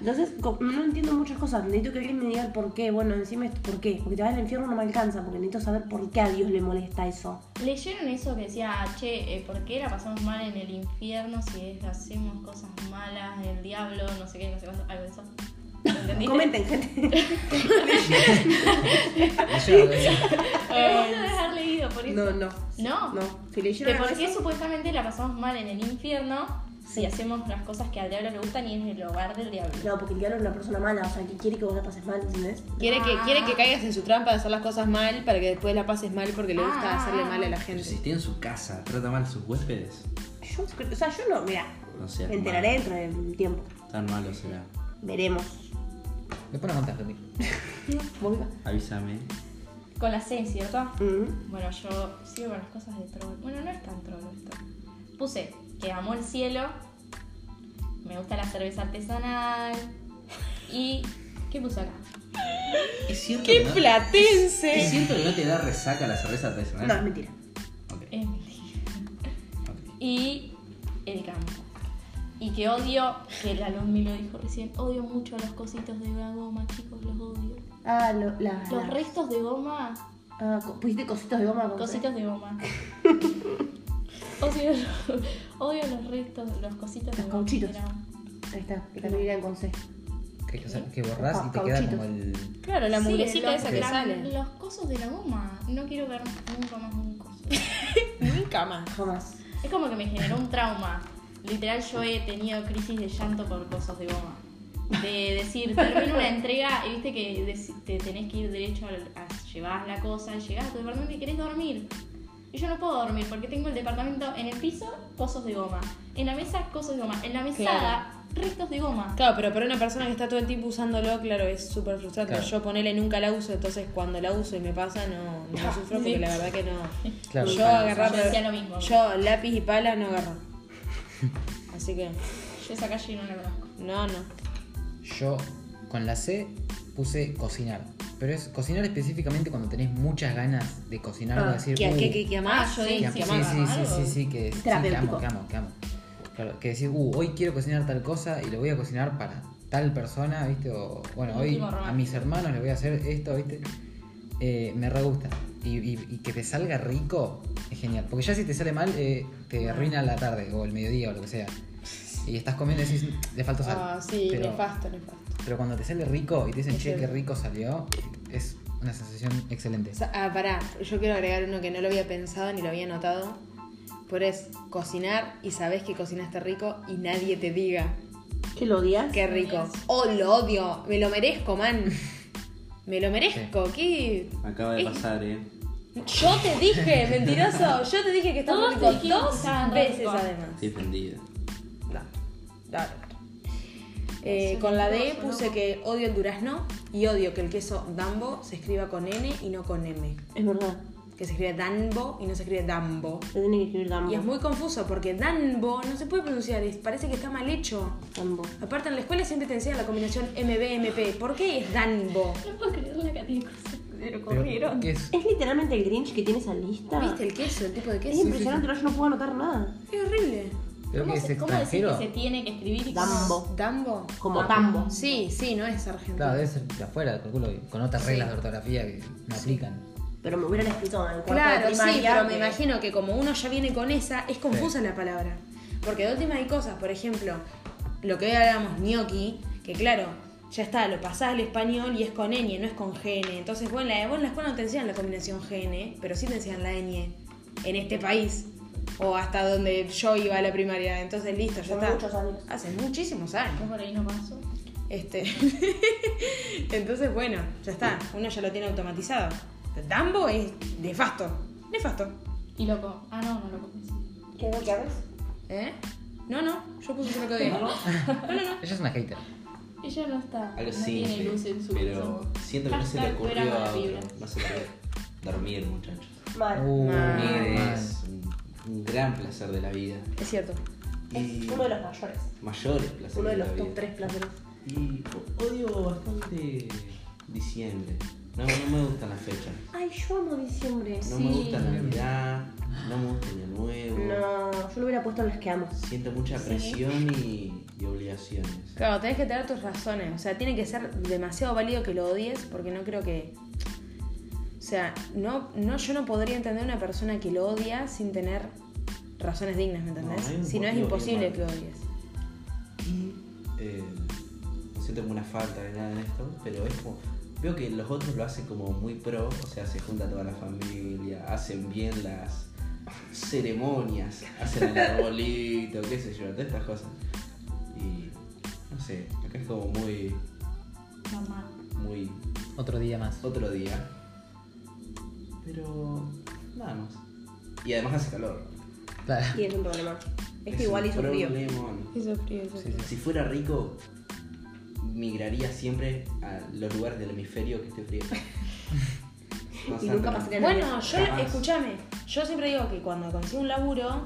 Speaker 2: Entonces, co- no entiendo muchas cosas. Necesito que alguien me diga el por qué. Bueno, decime esto, por qué. Porque te vas al infierno no me alcanza, porque necesito saber por qué a Dios le molesta eso.
Speaker 4: ¿Leyeron eso que decía, che, eh, ¿por qué la pasamos mal en el infierno si es- hacemos cosas malas del diablo, no sé qué, no sé cuánto? Algo de eso. ¿Lo entendiste?
Speaker 2: Comenten, gente.
Speaker 5: Yo, eh,
Speaker 4: Lo vas a dejar leído por eso.
Speaker 2: No, no.
Speaker 4: ¿No?
Speaker 2: No. Si le
Speaker 4: Que
Speaker 2: hicieron
Speaker 4: por
Speaker 2: algo
Speaker 4: qué
Speaker 2: así-
Speaker 4: supuestamente la pasamos mal en el infierno si
Speaker 2: Sí.
Speaker 4: hacemos las cosas que al diablo le gustan y en el hogar del diablo.
Speaker 2: No, porque el diablo es una persona mala, o sea, que quiere que vos la pases mal, ¿entendés?
Speaker 1: Quiere que, quiere que caigas en su trampa de hacer las cosas mal para que después la pases mal porque le gusta
Speaker 4: Ah.
Speaker 1: hacerle mal a la
Speaker 3: Pero si
Speaker 1: gente.
Speaker 3: está en su casa, trata mal a sus huéspedes.
Speaker 2: Yo, o sea, yo no, mira,
Speaker 3: No seas
Speaker 2: me enteraré
Speaker 3: malo.
Speaker 2: dentro de un tiempo.
Speaker 3: Tan malo será.
Speaker 2: Veremos.
Speaker 5: Después nos contás, Cami.
Speaker 3: Avísame.
Speaker 4: Con la C, ¿cierto?
Speaker 2: Mm.
Speaker 4: Bueno, yo sigo con las cosas de troll. Bueno, no es tan troll esto. Puse que amo el cielo, me gusta la cerveza artesanal y... ¿Qué puse acá?
Speaker 3: Es cierto
Speaker 1: ¡Qué
Speaker 3: que no- Es
Speaker 1: platense!
Speaker 3: cierto que no te da resaca la cerveza
Speaker 2: No, es
Speaker 3: artesanal.
Speaker 2: mentira.
Speaker 3: Ok,
Speaker 4: Es mentira.
Speaker 3: ok.
Speaker 4: Y el campo. Y que odio, que el alumni lo dijo recién, odio mucho los cositos de goma, chicos, los odio.
Speaker 2: Ah, lo, la,
Speaker 4: Los
Speaker 2: la-
Speaker 4: restos de goma,
Speaker 2: Ah, co- pusiste cositos de goma. compré.
Speaker 4: cositos de goma. Odio, odio los restos, los cositos de
Speaker 2: Los
Speaker 4: goma.
Speaker 2: cauchitos.
Speaker 4: Era-
Speaker 2: Ahí está, que también irán con C.
Speaker 5: Que, que sa- que borrás y te queda como el.
Speaker 1: Claro, la
Speaker 4: Sí,
Speaker 1: mulecita
Speaker 4: los-
Speaker 1: esa que
Speaker 4: la-
Speaker 1: sale.
Speaker 4: Los cosos de la goma. No quiero ver nunca más un coso.
Speaker 1: Nunca más.
Speaker 2: Jamás.
Speaker 4: es como que me generó un trauma. Literal, yo he tenido crisis de llanto por cosos de goma. De decir, termino una entrega y viste que dec- te tenés que ir derecho al- a, llevar la cosa, llegás a tu departamento y querés dormir. Y yo no puedo dormir porque tengo el departamento en el piso, cosos de goma. En la mesa, cosos de goma. En la mesada, restos de goma.
Speaker 1: Claro, pero para una persona que está todo el tiempo usándolo, claro, es súper frustrante.
Speaker 5: Claro.
Speaker 1: Yo ponele nunca la uso, entonces cuando la uso y me pasa no, no sufro porque
Speaker 4: Sí.
Speaker 1: la verdad que no.
Speaker 5: Claro.
Speaker 1: yo agarrar
Speaker 4: Yo decía lo mismo.
Speaker 1: yo lápiz y pala no agarro. Así que
Speaker 4: Yo esa calle no la conozco.
Speaker 1: no, no.
Speaker 5: Yo con la C puse cocinar. Pero es cocinar específicamente cuando tenés muchas ganas de cocinar.
Speaker 2: Ah,
Speaker 5: o decir,
Speaker 1: ¿Qué,
Speaker 5: "Uh,
Speaker 1: qué, qué, qué amás?
Speaker 4: Ah, yo
Speaker 5: que
Speaker 4: dije,
Speaker 5: am-
Speaker 4: sí,
Speaker 5: sí,
Speaker 4: amás,
Speaker 5: sí, sí,
Speaker 4: algo.
Speaker 5: sí, sí, que, sí, que amo,
Speaker 2: Terapéutico.
Speaker 5: que amo, que amo. Claro, que decís, uh, hoy quiero cocinar tal cosa y lo voy a cocinar para tal persona, ¿viste? O, bueno,
Speaker 4: Un
Speaker 5: hoy
Speaker 4: último romance.
Speaker 5: a mis hermanos les voy a hacer esto, ¿viste? Eh, me re gusta. Y, y- y que te salga rico es genial. Porque ya si te sale mal, eh, te arruina la tarde o el mediodía o lo que sea. Y estás comiendo y decís, "Mm, le falta sal.
Speaker 1: Ah, sí,
Speaker 5: pero,
Speaker 1: nefasto, nefasto.
Speaker 5: pero cuando te sale rico y te dicen,
Speaker 1: Es
Speaker 5: che, qué
Speaker 1: cierto.
Speaker 5: rico salió, es una sensación excelente.
Speaker 1: O sea, ah, pará, yo quiero agregar uno que no lo había pensado ni lo había notado. Pero es cocinar y sabes que cocinaste rico y nadie te diga.
Speaker 2: ¿Que lo odias?
Speaker 1: Qué rico. Oh, lo odio. Me lo merezco, man. Me lo merezco. ¿Qué?
Speaker 3: Acaba de pasar, eh.
Speaker 1: Yo te dije, mentiroso. Yo te dije que estaba
Speaker 4: Todos
Speaker 1: rico
Speaker 4: te dijimos "Ah, que
Speaker 1: dos
Speaker 4: estaba rico.
Speaker 1: veces además.
Speaker 3: Estoy ofendida.
Speaker 1: No, no, no. Eh, con la D puse que odio el durazno y odio que el queso Dambo se escriba con N y no con M.
Speaker 2: Es verdad.
Speaker 1: Que se escribe Danbo y no se escribe Dambo.
Speaker 2: Lo tiene que escribir Dambo.
Speaker 1: Y es muy confuso porque Danbo no se puede pronunciar, es- parece que está mal hecho.
Speaker 2: Dambo.
Speaker 1: Aparte en la escuela siempre te enseñan la combinación MB-MP. ¿Por qué es Danbo?
Speaker 4: No puedo creer la cantidad de cosas que se
Speaker 5: Pero,
Speaker 4: ocurrieron.
Speaker 5: ¿Qué es?
Speaker 2: Es literalmente el Grinch que tiene esa lista.
Speaker 1: ¿Viste el queso, el tipo de
Speaker 2: Es
Speaker 1: queso?
Speaker 2: impresionante, pero yo no puedo anotar nada.
Speaker 1: Es horrible.
Speaker 5: Creo que es
Speaker 4: se- ¿Cómo decir que
Speaker 5: extranjero.
Speaker 4: se tiene que escribir y cómo-
Speaker 2: Dambo.
Speaker 1: ¿Dambo?
Speaker 2: Como Tambo.
Speaker 1: Sí, sí, no es argentino.
Speaker 5: Claro, debe ser de afuera, calculo, con otras reglas de ortografía que no aplican.
Speaker 2: Pero me hubieran explicado en el cuarto
Speaker 1: Claro,
Speaker 2: de
Speaker 1: sí,
Speaker 2: primaria
Speaker 1: pero me
Speaker 2: que-
Speaker 1: imagino que como uno ya viene con esa, es confusa la palabra. Porque de última hay cosas, por ejemplo, lo que hoy hablábamos, gnocchi, que claro, ya está, lo pasás al español y es con ñ, no es con gn. Entonces, bueno, en la, vos en la escuela no te enseñan la combinación gn, pero sí te enseñan la ñ en este país. O hasta donde yo iba a la primaria. Entonces, listo, ya
Speaker 2: Son
Speaker 1: está.
Speaker 2: muchos años.
Speaker 1: Hace muchísimos años.
Speaker 4: Yo por ahí no paso.
Speaker 1: Este. Entonces, bueno, ya está. Uno ya lo tiene automatizado. Dambo es nefasto. Nefasto.
Speaker 4: Y loco. Ah, no, no loco.
Speaker 2: ¿Qué es lo que hagas?
Speaker 1: ¿Eh? No, no. Yo puse solo que odiaba. No, no, no.
Speaker 5: Ella es una hater.
Speaker 4: Ella no está.
Speaker 3: Algo
Speaker 4: no tiene
Speaker 3: simple,
Speaker 4: luz en su
Speaker 3: pero
Speaker 4: corazón.
Speaker 3: siento que no se le
Speaker 4: Hashtag
Speaker 3: ocurrió
Speaker 4: fuera
Speaker 3: a
Speaker 4: mala
Speaker 3: otro.
Speaker 4: vibra.
Speaker 3: No se puede dormir, muchachos.
Speaker 2: Mal.
Speaker 5: Uh,
Speaker 3: Ah,
Speaker 1: mal.
Speaker 3: Dormir
Speaker 5: mal.
Speaker 3: es un, un gran placer de la vida.
Speaker 1: Es cierto.
Speaker 3: Y
Speaker 2: Es uno de los mayores.
Speaker 3: mayores placeres
Speaker 2: Uno de
Speaker 3: la
Speaker 2: los
Speaker 3: vida.
Speaker 2: top tres placeres.
Speaker 3: Y odio bastante diciembre. No, no me gustan las fechas.
Speaker 2: Ay, yo amo diciembre.
Speaker 3: No me
Speaker 4: Sí.
Speaker 3: gusta Navidad, no me gusta Año Nuevo.
Speaker 2: No, yo lo hubiera puesto en las que amo.
Speaker 3: Siento mucha presión y, y obligaciones.
Speaker 1: Claro, tenés que tener tus razones. O sea, tiene que ser demasiado válido que lo odies porque no creo que. O sea, no, no, yo no podría entender a una persona que lo odia sin tener razones dignas, ¿me entendés?
Speaker 3: No, hay un
Speaker 1: si no es
Speaker 3: motivo
Speaker 1: imposible que
Speaker 3: bien válido.
Speaker 1: odies.
Speaker 3: Y eh, no siento como una falta de nada en esto, pero es como. Veo que los otros lo hacen como muy pro, o sea, se junta toda la familia, hacen bien las ceremonias, hacen el arbolito, qué sé yo, todas estas cosas. Y no sé, acá es como muy,
Speaker 4: Mamá.
Speaker 3: muy
Speaker 5: Otro día más.
Speaker 3: otro día. Pero nada más. Y además hace calor.
Speaker 5: Claro.
Speaker 2: Y es un problema. Es
Speaker 3: Es
Speaker 2: que igual
Speaker 3: un
Speaker 2: hizo frío.
Speaker 3: problemón.
Speaker 6: Hizo frío, hizo
Speaker 5: Sí, sí.
Speaker 3: Si fuera rico, migraría siempre a los lugares del hemisferio que esté frío. No
Speaker 2: Y
Speaker 3: sé,
Speaker 2: nunca
Speaker 3: pero-
Speaker 2: pasaría nada.
Speaker 1: Bueno, yo,
Speaker 3: Jamás.
Speaker 1: escúchame, yo siempre digo que cuando consigo un laburo,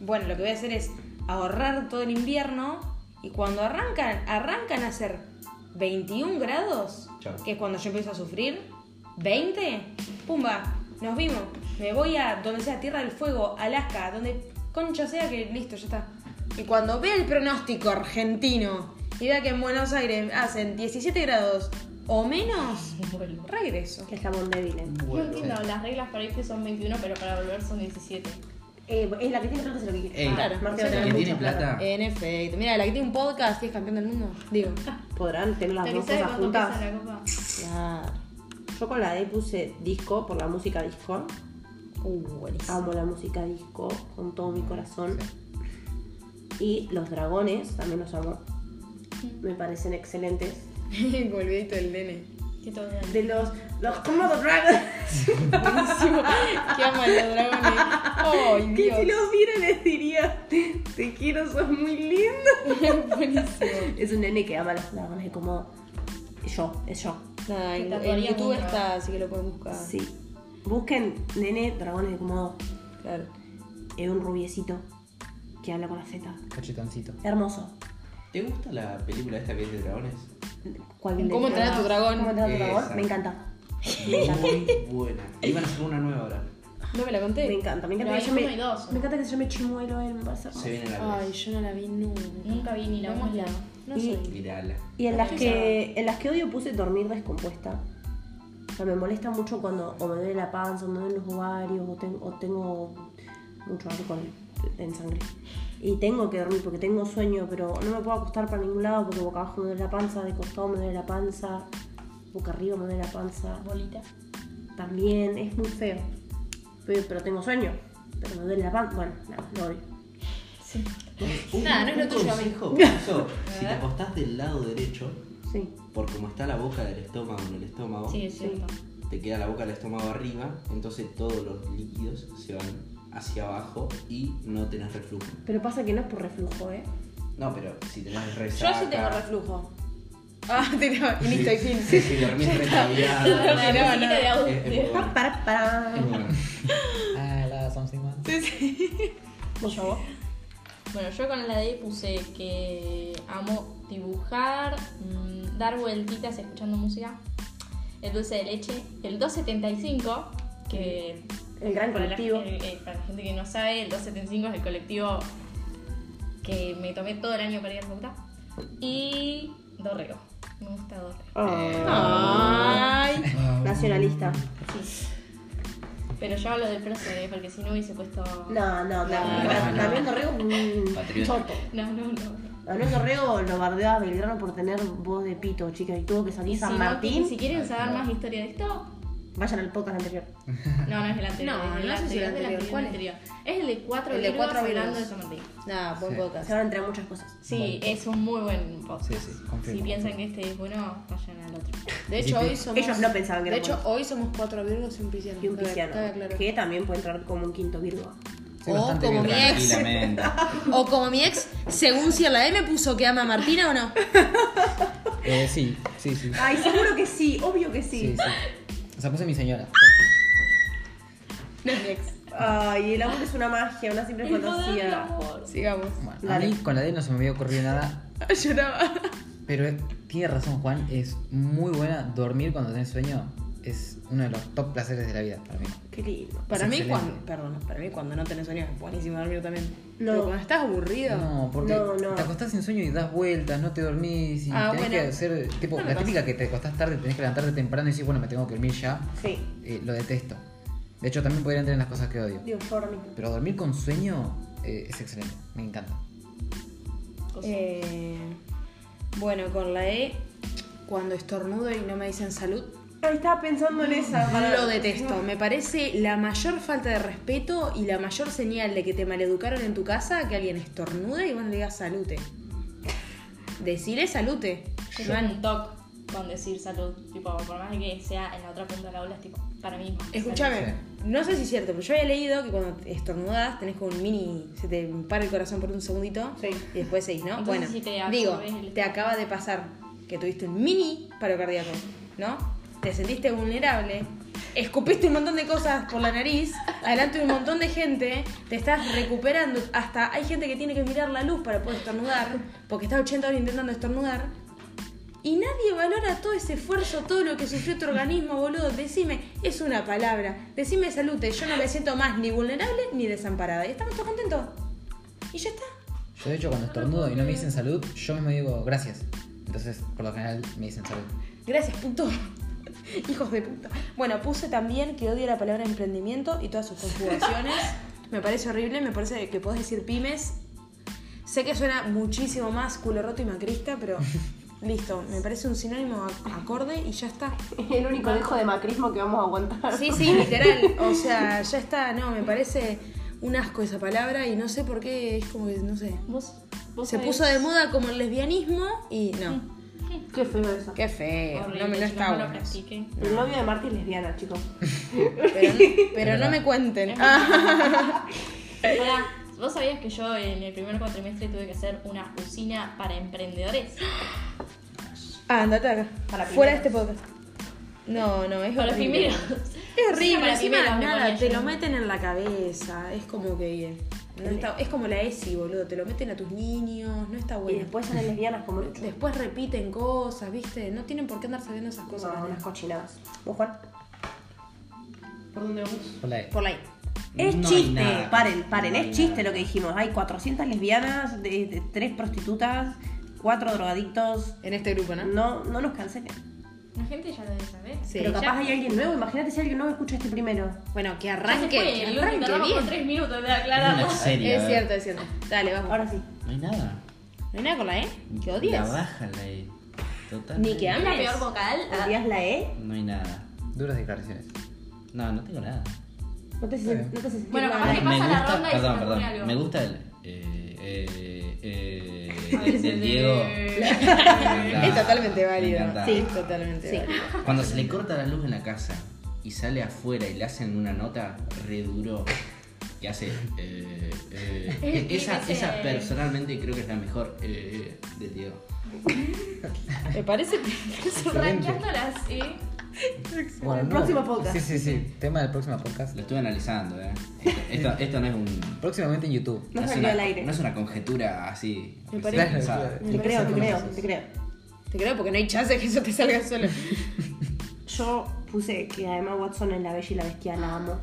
Speaker 1: bueno, lo que voy a hacer es ahorrar todo el invierno y cuando arrancan, arrancan a hacer 21 grados,
Speaker 3: Chao.
Speaker 1: que es cuando yo empiezo a sufrir, 20, pumba, nos vimos, me voy a donde sea, Tierra del Fuego, Alaska, donde concha sea que listo, ya está. Y cuando vea el pronóstico argentino y vea que en Buenos Aires hacen 17 grados o menos,
Speaker 4: Vuelvo.
Speaker 1: regreso.
Speaker 2: Es jamón débil. eh.
Speaker 4: Yo entiendo, las reglas para irse son 21, pero para volver son 17.
Speaker 2: Eh, es la que tiene plata, es lo que quiere.
Speaker 3: Ey,
Speaker 2: Claro, más que va a
Speaker 3: el
Speaker 2: tener
Speaker 3: que tiene
Speaker 2: mucha
Speaker 3: plata
Speaker 1: En efecto. Mira, la que tiene un podcast y es campeón del mundo. Digo.
Speaker 2: Podrán tener las
Speaker 4: ¿Te
Speaker 2: dos
Speaker 4: avisás de
Speaker 2: cosas
Speaker 4: cuánto
Speaker 2: juntas.
Speaker 4: pesa la copa?
Speaker 2: Claro. Yo con la D puse disco por la música disco.
Speaker 1: Uh, buenísimo.
Speaker 2: Amo la música disco con todo mi corazón. Y los dragones también los amo. Me parecen excelentes.
Speaker 1: Como el videito del nene.
Speaker 4: Que todo bien.
Speaker 2: De los. Los Komodo Dragons.
Speaker 1: Buenísimo. Qué amo a los dragones. ¡Ay,
Speaker 2: Que si
Speaker 1: Dios!
Speaker 2: los viera les diría: Te quiero, sos muy lindo.
Speaker 1: Buenísimo.
Speaker 2: Es un nene que ama los dragones de Komodo. Yo, es yo.
Speaker 1: Nada,
Speaker 4: Te
Speaker 1: en, en
Speaker 4: tatuaría
Speaker 1: YouTube
Speaker 4: un dragón.
Speaker 1: está, así que lo pueden buscar.
Speaker 2: Sí. Busquen nene dragones de Komodo.
Speaker 1: Claro.
Speaker 2: Es un rubiecito que habla con la Z.
Speaker 5: Cachetoncito.
Speaker 2: Hermoso.
Speaker 3: ¿Te gusta la película esta que es de dragones?
Speaker 2: ¿Cuál
Speaker 1: ¿En cómo entrenar a tu dragón?
Speaker 2: ¿Cómo entrenar a tu dragón?
Speaker 3: Esa.
Speaker 2: Me encanta.
Speaker 3: Muy buena. Y van a hacer una nueva ahora.
Speaker 6: No me la
Speaker 2: Me
Speaker 6: conté.
Speaker 2: encanta, me
Speaker 4: Pero
Speaker 2: encanta
Speaker 4: hay
Speaker 2: que se
Speaker 4: uno
Speaker 2: llame.
Speaker 4: y dos.
Speaker 2: Me encanta que se llame Chimuelo él, me parece hermoso.
Speaker 3: Se viene la
Speaker 6: Ay,
Speaker 3: vez.
Speaker 6: yo no la vi nunca.
Speaker 4: Nunca vi ni la
Speaker 6: Vamos
Speaker 4: una.
Speaker 6: la- No
Speaker 2: Y-
Speaker 6: sé.
Speaker 3: Mirala.
Speaker 2: Y en las que en las que odio puse dormir descompuesta. O sea, me molesta mucho cuando o me duele la panza, o me duelen los ovarios, o, ten- o tengo mucho alcohol en sangre. Y tengo que dormir porque tengo sueño, pero no me puedo acostar para ningún lado porque boca abajo me duele la panza, de costado me duele la panza, boca arriba me duele la panza.
Speaker 4: Bolita.
Speaker 2: También es muy feo. Pero, pero tengo sueño, pero me duele la panza. Bueno, nada, lo odio.
Speaker 4: Nada, no es lo
Speaker 3: Un
Speaker 4: tuyo,
Speaker 3: consejo, Eso, si te acostás del lado derecho,
Speaker 2: Sí.
Speaker 3: por como está la boca del estómago en el estómago,
Speaker 4: Sí, es cierto.
Speaker 3: te queda la boca del estómago arriba, entonces todos los líquidos se van hacia abajo y no tenés reflujo.
Speaker 2: Pero pasa que no es por reflujo, ¿eh?
Speaker 3: No, pero si tenés
Speaker 1: Yo
Speaker 3: resaca...
Speaker 1: sí tengo reflujo. Ah, tenía. Y
Speaker 3: Sí,
Speaker 1: listo, y fin.
Speaker 3: sí, sí, dormís
Speaker 4: La
Speaker 3: retabiado.
Speaker 4: musiquita
Speaker 1: no.
Speaker 4: de audio.
Speaker 3: Es- es muy bueno.
Speaker 2: Para, para.
Speaker 3: Es muy bueno.
Speaker 5: Ah, la something man.
Speaker 4: Yo. Bueno, yo con la D puse que amo dibujar, mm, dar vueltitas escuchando música, el dulce de leche, el 275, que
Speaker 2: El gran
Speaker 4: para la,
Speaker 2: colectivo.
Speaker 4: eh, eh, para la gente que no sabe, el 275 es el colectivo que me tomé todo el año para ir a la facultad, y Dorrego, me gusta Dorrego. Ay.
Speaker 2: Ah. Nacionalista.
Speaker 4: Sí. Pero yo hablo del profe, ¿eh? porque si no hubiese puesto...
Speaker 2: No, no, no.
Speaker 4: Ah.
Speaker 3: no, no.
Speaker 2: También Dorrego. mm,
Speaker 3: Patriota.
Speaker 2: choto.
Speaker 4: no, no. no.
Speaker 2: Daniel Dorrego lo bardeó a Belgrano por tener voz de pito, chicas, y tuvo que
Speaker 4: Y
Speaker 2: salir
Speaker 4: si,
Speaker 2: San
Speaker 4: no,
Speaker 2: Martín.
Speaker 4: si quieren saber más historia de esto,
Speaker 2: Vayan al podcast anterior.
Speaker 4: no, no es el anterior.
Speaker 1: No,
Speaker 4: es
Speaker 1: no sé si el anterior, ¿cuál es?
Speaker 4: Es el de cuatro
Speaker 1: El de
Speaker 4: libros
Speaker 1: cuatro libros.
Speaker 4: hablando de San Martín.
Speaker 1: Nada, buen
Speaker 5: Sí.
Speaker 1: podcast.
Speaker 2: Se van entre muchas cosas.
Speaker 4: Sí, es un muy buen podcast.
Speaker 5: Sí, sí, confirmo.
Speaker 4: si piensan que este es bueno, vayan al otro.
Speaker 1: De hecho, hoy somos.
Speaker 2: Ellos no pensaban que
Speaker 1: De
Speaker 2: era
Speaker 1: hecho,
Speaker 2: bueno.
Speaker 1: hoy somos cuatro virgos y un pisciano.
Speaker 2: Y un
Speaker 1: Cabe-
Speaker 2: pisciano.
Speaker 1: cabe aclarar.
Speaker 2: Que también puede entrar como un quinto virgo.
Speaker 5: Sí,
Speaker 1: o
Speaker 5: bastante
Speaker 1: como
Speaker 5: bien.
Speaker 1: mi ex.
Speaker 7: Tranquilamente.
Speaker 1: O como mi ex, según si la D me puso que ama a Martina o no.
Speaker 5: Eh, sí, sí, sí.
Speaker 4: Ah,
Speaker 2: Ay, seguro que sí, obvio que
Speaker 5: Sí,
Speaker 2: sí.
Speaker 5: sí. O sea, puse mi señora.
Speaker 1: No es mi ex.
Speaker 2: Ay, el amor es una magia, una simple fantasía.
Speaker 1: Sigamos.
Speaker 5: Bueno, a
Speaker 2: Dale.
Speaker 5: mí con la D no se me había ocurrido nada.
Speaker 1: Lloraba.
Speaker 5: Pero eh, tiene razón, Juan. Es muy buena. Dormir cuando tenés sueño es uno de los top placeres de la vida para mí.
Speaker 2: Qué lindo.
Speaker 1: Para
Speaker 5: Es
Speaker 1: mí,
Speaker 5: excelente.
Speaker 1: cuando, perdón, para mí cuando no tenés sueño es buenísimo dormir también.
Speaker 2: No.
Speaker 1: Pero cuando estás aburrido.
Speaker 5: No, porque
Speaker 2: No, no.
Speaker 5: te acostás sin sueño y das vueltas, no te dormís y
Speaker 1: Ah,
Speaker 5: tenés que
Speaker 1: bueno.
Speaker 5: hacer. Tipo,
Speaker 1: No me
Speaker 5: la
Speaker 1: pasa.
Speaker 5: típica que te acostás tarde, tenés que levantarte temprano y decís, bueno, me tengo que dormir ya.
Speaker 2: Sí,
Speaker 5: eh, lo detesto. De hecho, también podría entrar en las cosas que odio.
Speaker 2: digo, yo ahora mismo.
Speaker 5: Pero dormir con sueño eh, es excelente, me encanta.
Speaker 1: Eh, bueno, con la E, cuando estornudo y no me dicen salud,
Speaker 2: Ay, estaba pensando en esa. para-
Speaker 1: lo detesto. Me parece la mayor falta de respeto y la mayor señal de que te maleducaron en tu casa que alguien estornude y vos le digas salute. Decirle salute.
Speaker 4: Yo tengo un toque con decir salud. Tipo, por más que sea en la otra punta del aula, es tipo, para mí.
Speaker 1: Escúchame, no sé si es cierto, pero yo había leído que cuando estornudas tenés como un mini. se te para el corazón por un segundito
Speaker 2: Sí.
Speaker 1: y después seguís, ¿no?
Speaker 4: Entonces,
Speaker 1: bueno,
Speaker 4: si te absorbes
Speaker 1: digo,
Speaker 4: el-
Speaker 1: te acaba de pasar que tuviste un mini paro cardíaco, ¿no? Te sentiste vulnerable, escupiste un montón de cosas por la nariz, adelante de un montón de gente, te estás recuperando, hasta hay gente que tiene que mirar la luz para poder estornudar, porque estás 80 horas intentando estornudar. Y nadie valora todo ese esfuerzo, todo lo que sufrió tu organismo, boludo. Decime, es una palabra. Decime salute. Yo no me siento más ni vulnerable ni desamparada. Y estamos todos contentos. Y ya está.
Speaker 5: Yo, de hecho, cuando estornudo y no me dicen salud, yo mismo digo gracias. Entonces, por lo general, me dicen salud.
Speaker 1: Gracias, puto. Hijos de puta. Bueno, puse también que odio la palabra emprendimiento y todas sus conjugaciones. me parece horrible, me parece que podés decir pymes. Sé que suena muchísimo más culo roto y macrista, pero listo. Me parece un sinónimo ac- acorde y ya está.
Speaker 2: El único dejo de macrismo que vamos a aguantar.
Speaker 1: Sí, sí, literal. O sea, ya está, no, me parece un asco esa palabra y no sé por qué, es como que, no sé.
Speaker 4: ¿Vos, vos
Speaker 1: Se
Speaker 4: sabés- Mm.
Speaker 1: puso de moda como el lesbianismo y no.
Speaker 2: Qué feo eso.
Speaker 1: Qué feo,
Speaker 4: Horrible,
Speaker 1: Eh, no me lo
Speaker 4: chicos,
Speaker 1: está
Speaker 4: No lo
Speaker 1: bueno. eso.
Speaker 4: practiquen.
Speaker 2: El novio de Marti es lesbiana, chicos.
Speaker 1: Pero, pero no me cuenten.
Speaker 4: Hola, ¿vos sabías que yo en el primer cuatrimestre tuve que hacer una usina para emprendedores?
Speaker 1: Ah, andate acá.
Speaker 2: Para
Speaker 1: Fuera de este podcast. No, no, es
Speaker 4: Para los
Speaker 1: horrible.
Speaker 4: primeros.
Speaker 1: Es
Speaker 4: Usina
Speaker 1: horrible,
Speaker 4: para
Speaker 1: encima
Speaker 4: primeros, me
Speaker 1: nada,
Speaker 4: ponía
Speaker 1: te
Speaker 4: yo.
Speaker 1: lo meten en la cabeza. Es como que. eh, no está- es como la ESI, boludo. Te lo meten a tus niños, no está
Speaker 2: Y
Speaker 1: bueno.
Speaker 2: después salen lesbianas como el ocho.
Speaker 1: Después repiten cosas, ¿viste? No tienen por qué andar sabiendo esas cosas.
Speaker 2: No,
Speaker 1: las
Speaker 2: unas
Speaker 1: nenas.
Speaker 2: cochinadas. ¿Vos, Juan?
Speaker 5: Hola, eh.
Speaker 1: Por la I.
Speaker 2: Es
Speaker 7: No hay
Speaker 2: chiste,
Speaker 7: nada.
Speaker 2: paren, paren,
Speaker 7: No hay
Speaker 2: es chiste
Speaker 7: nada.
Speaker 2: lo que dijimos. Hay 400 lesbianas, de, 3 prostitutas, 4 drogadictos.
Speaker 6: En este grupo, ¿no?
Speaker 2: No, no nos cancelen.
Speaker 4: La gente ya lo debe saber.
Speaker 6: Sí.
Speaker 2: Pero
Speaker 4: ya-
Speaker 2: capaz hay alguien nuevo. Imagínate si alguien nuevo escucha este primero.
Speaker 6: Bueno, que
Speaker 4: Ya se
Speaker 6: arranque.
Speaker 4: fue,
Speaker 6: que
Speaker 4: el único
Speaker 6: arranque
Speaker 4: trabajo
Speaker 6: bien.
Speaker 4: tres minutos de
Speaker 7: Es
Speaker 4: aclararlo.
Speaker 7: una serie, a
Speaker 6: Es
Speaker 7: ver.
Speaker 6: cierto, es cierto. Dale, vamos.
Speaker 2: Ahora sí.
Speaker 7: No hay nada.
Speaker 6: No hay nada con la E. Que
Speaker 7: La
Speaker 6: odias.
Speaker 7: baja la E. Total.
Speaker 6: Ni que
Speaker 4: Es la
Speaker 6: hables.
Speaker 4: peor vocal. Ah,
Speaker 2: ¿Odias la E?
Speaker 7: No hay nada.
Speaker 5: Duras declaraciones.
Speaker 7: No, no tengo nada.
Speaker 2: No te
Speaker 5: Está
Speaker 2: sé,
Speaker 5: bien.
Speaker 2: no te sé
Speaker 4: Bueno, capaz
Speaker 7: Ay,
Speaker 4: que
Speaker 7: me
Speaker 4: pasa la
Speaker 7: gusta-
Speaker 4: ronda y se
Speaker 7: perdón,
Speaker 4: me ocurre algo.
Speaker 7: perdón. Me gusta el. Eh, eh, eh,
Speaker 4: a
Speaker 7: el
Speaker 4: veces
Speaker 7: del
Speaker 4: de-
Speaker 7: Diego. Me encanta,
Speaker 6: Es totalmente
Speaker 7: me
Speaker 6: válido.
Speaker 7: encanta.
Speaker 2: Sí.
Speaker 6: Es totalmente
Speaker 2: Sí.
Speaker 6: válido.
Speaker 7: Cuando se le corta la luz en la casa y sale afuera y le hacen una nota re duro que hace. eh, eh,
Speaker 4: El
Speaker 7: esa,
Speaker 4: pibe
Speaker 7: esa
Speaker 4: ese.
Speaker 7: personalmente creo que es la mejor eh, de Diego.
Speaker 6: Me parece que es un
Speaker 4: Ranqueando las E.
Speaker 5: Bueno,
Speaker 2: El próximo podcast.
Speaker 5: Sí, sí, sí. Tema del próximo podcast.
Speaker 7: Lo estuve analizando, ¿eh? Esto, esto, esto no es un.
Speaker 5: Próximamente en YouTube.
Speaker 2: No
Speaker 7: es
Speaker 2: salió
Speaker 7: una,
Speaker 2: al aire.
Speaker 7: no es una conjetura así.
Speaker 6: Me
Speaker 7: recién
Speaker 6: parece-
Speaker 7: pensada.
Speaker 2: Te creo, te creo, te creo.
Speaker 6: Te creo porque no hay chance de que eso te salga solo.
Speaker 2: Yo puse que además Watson es la bella y la bestia, la amo.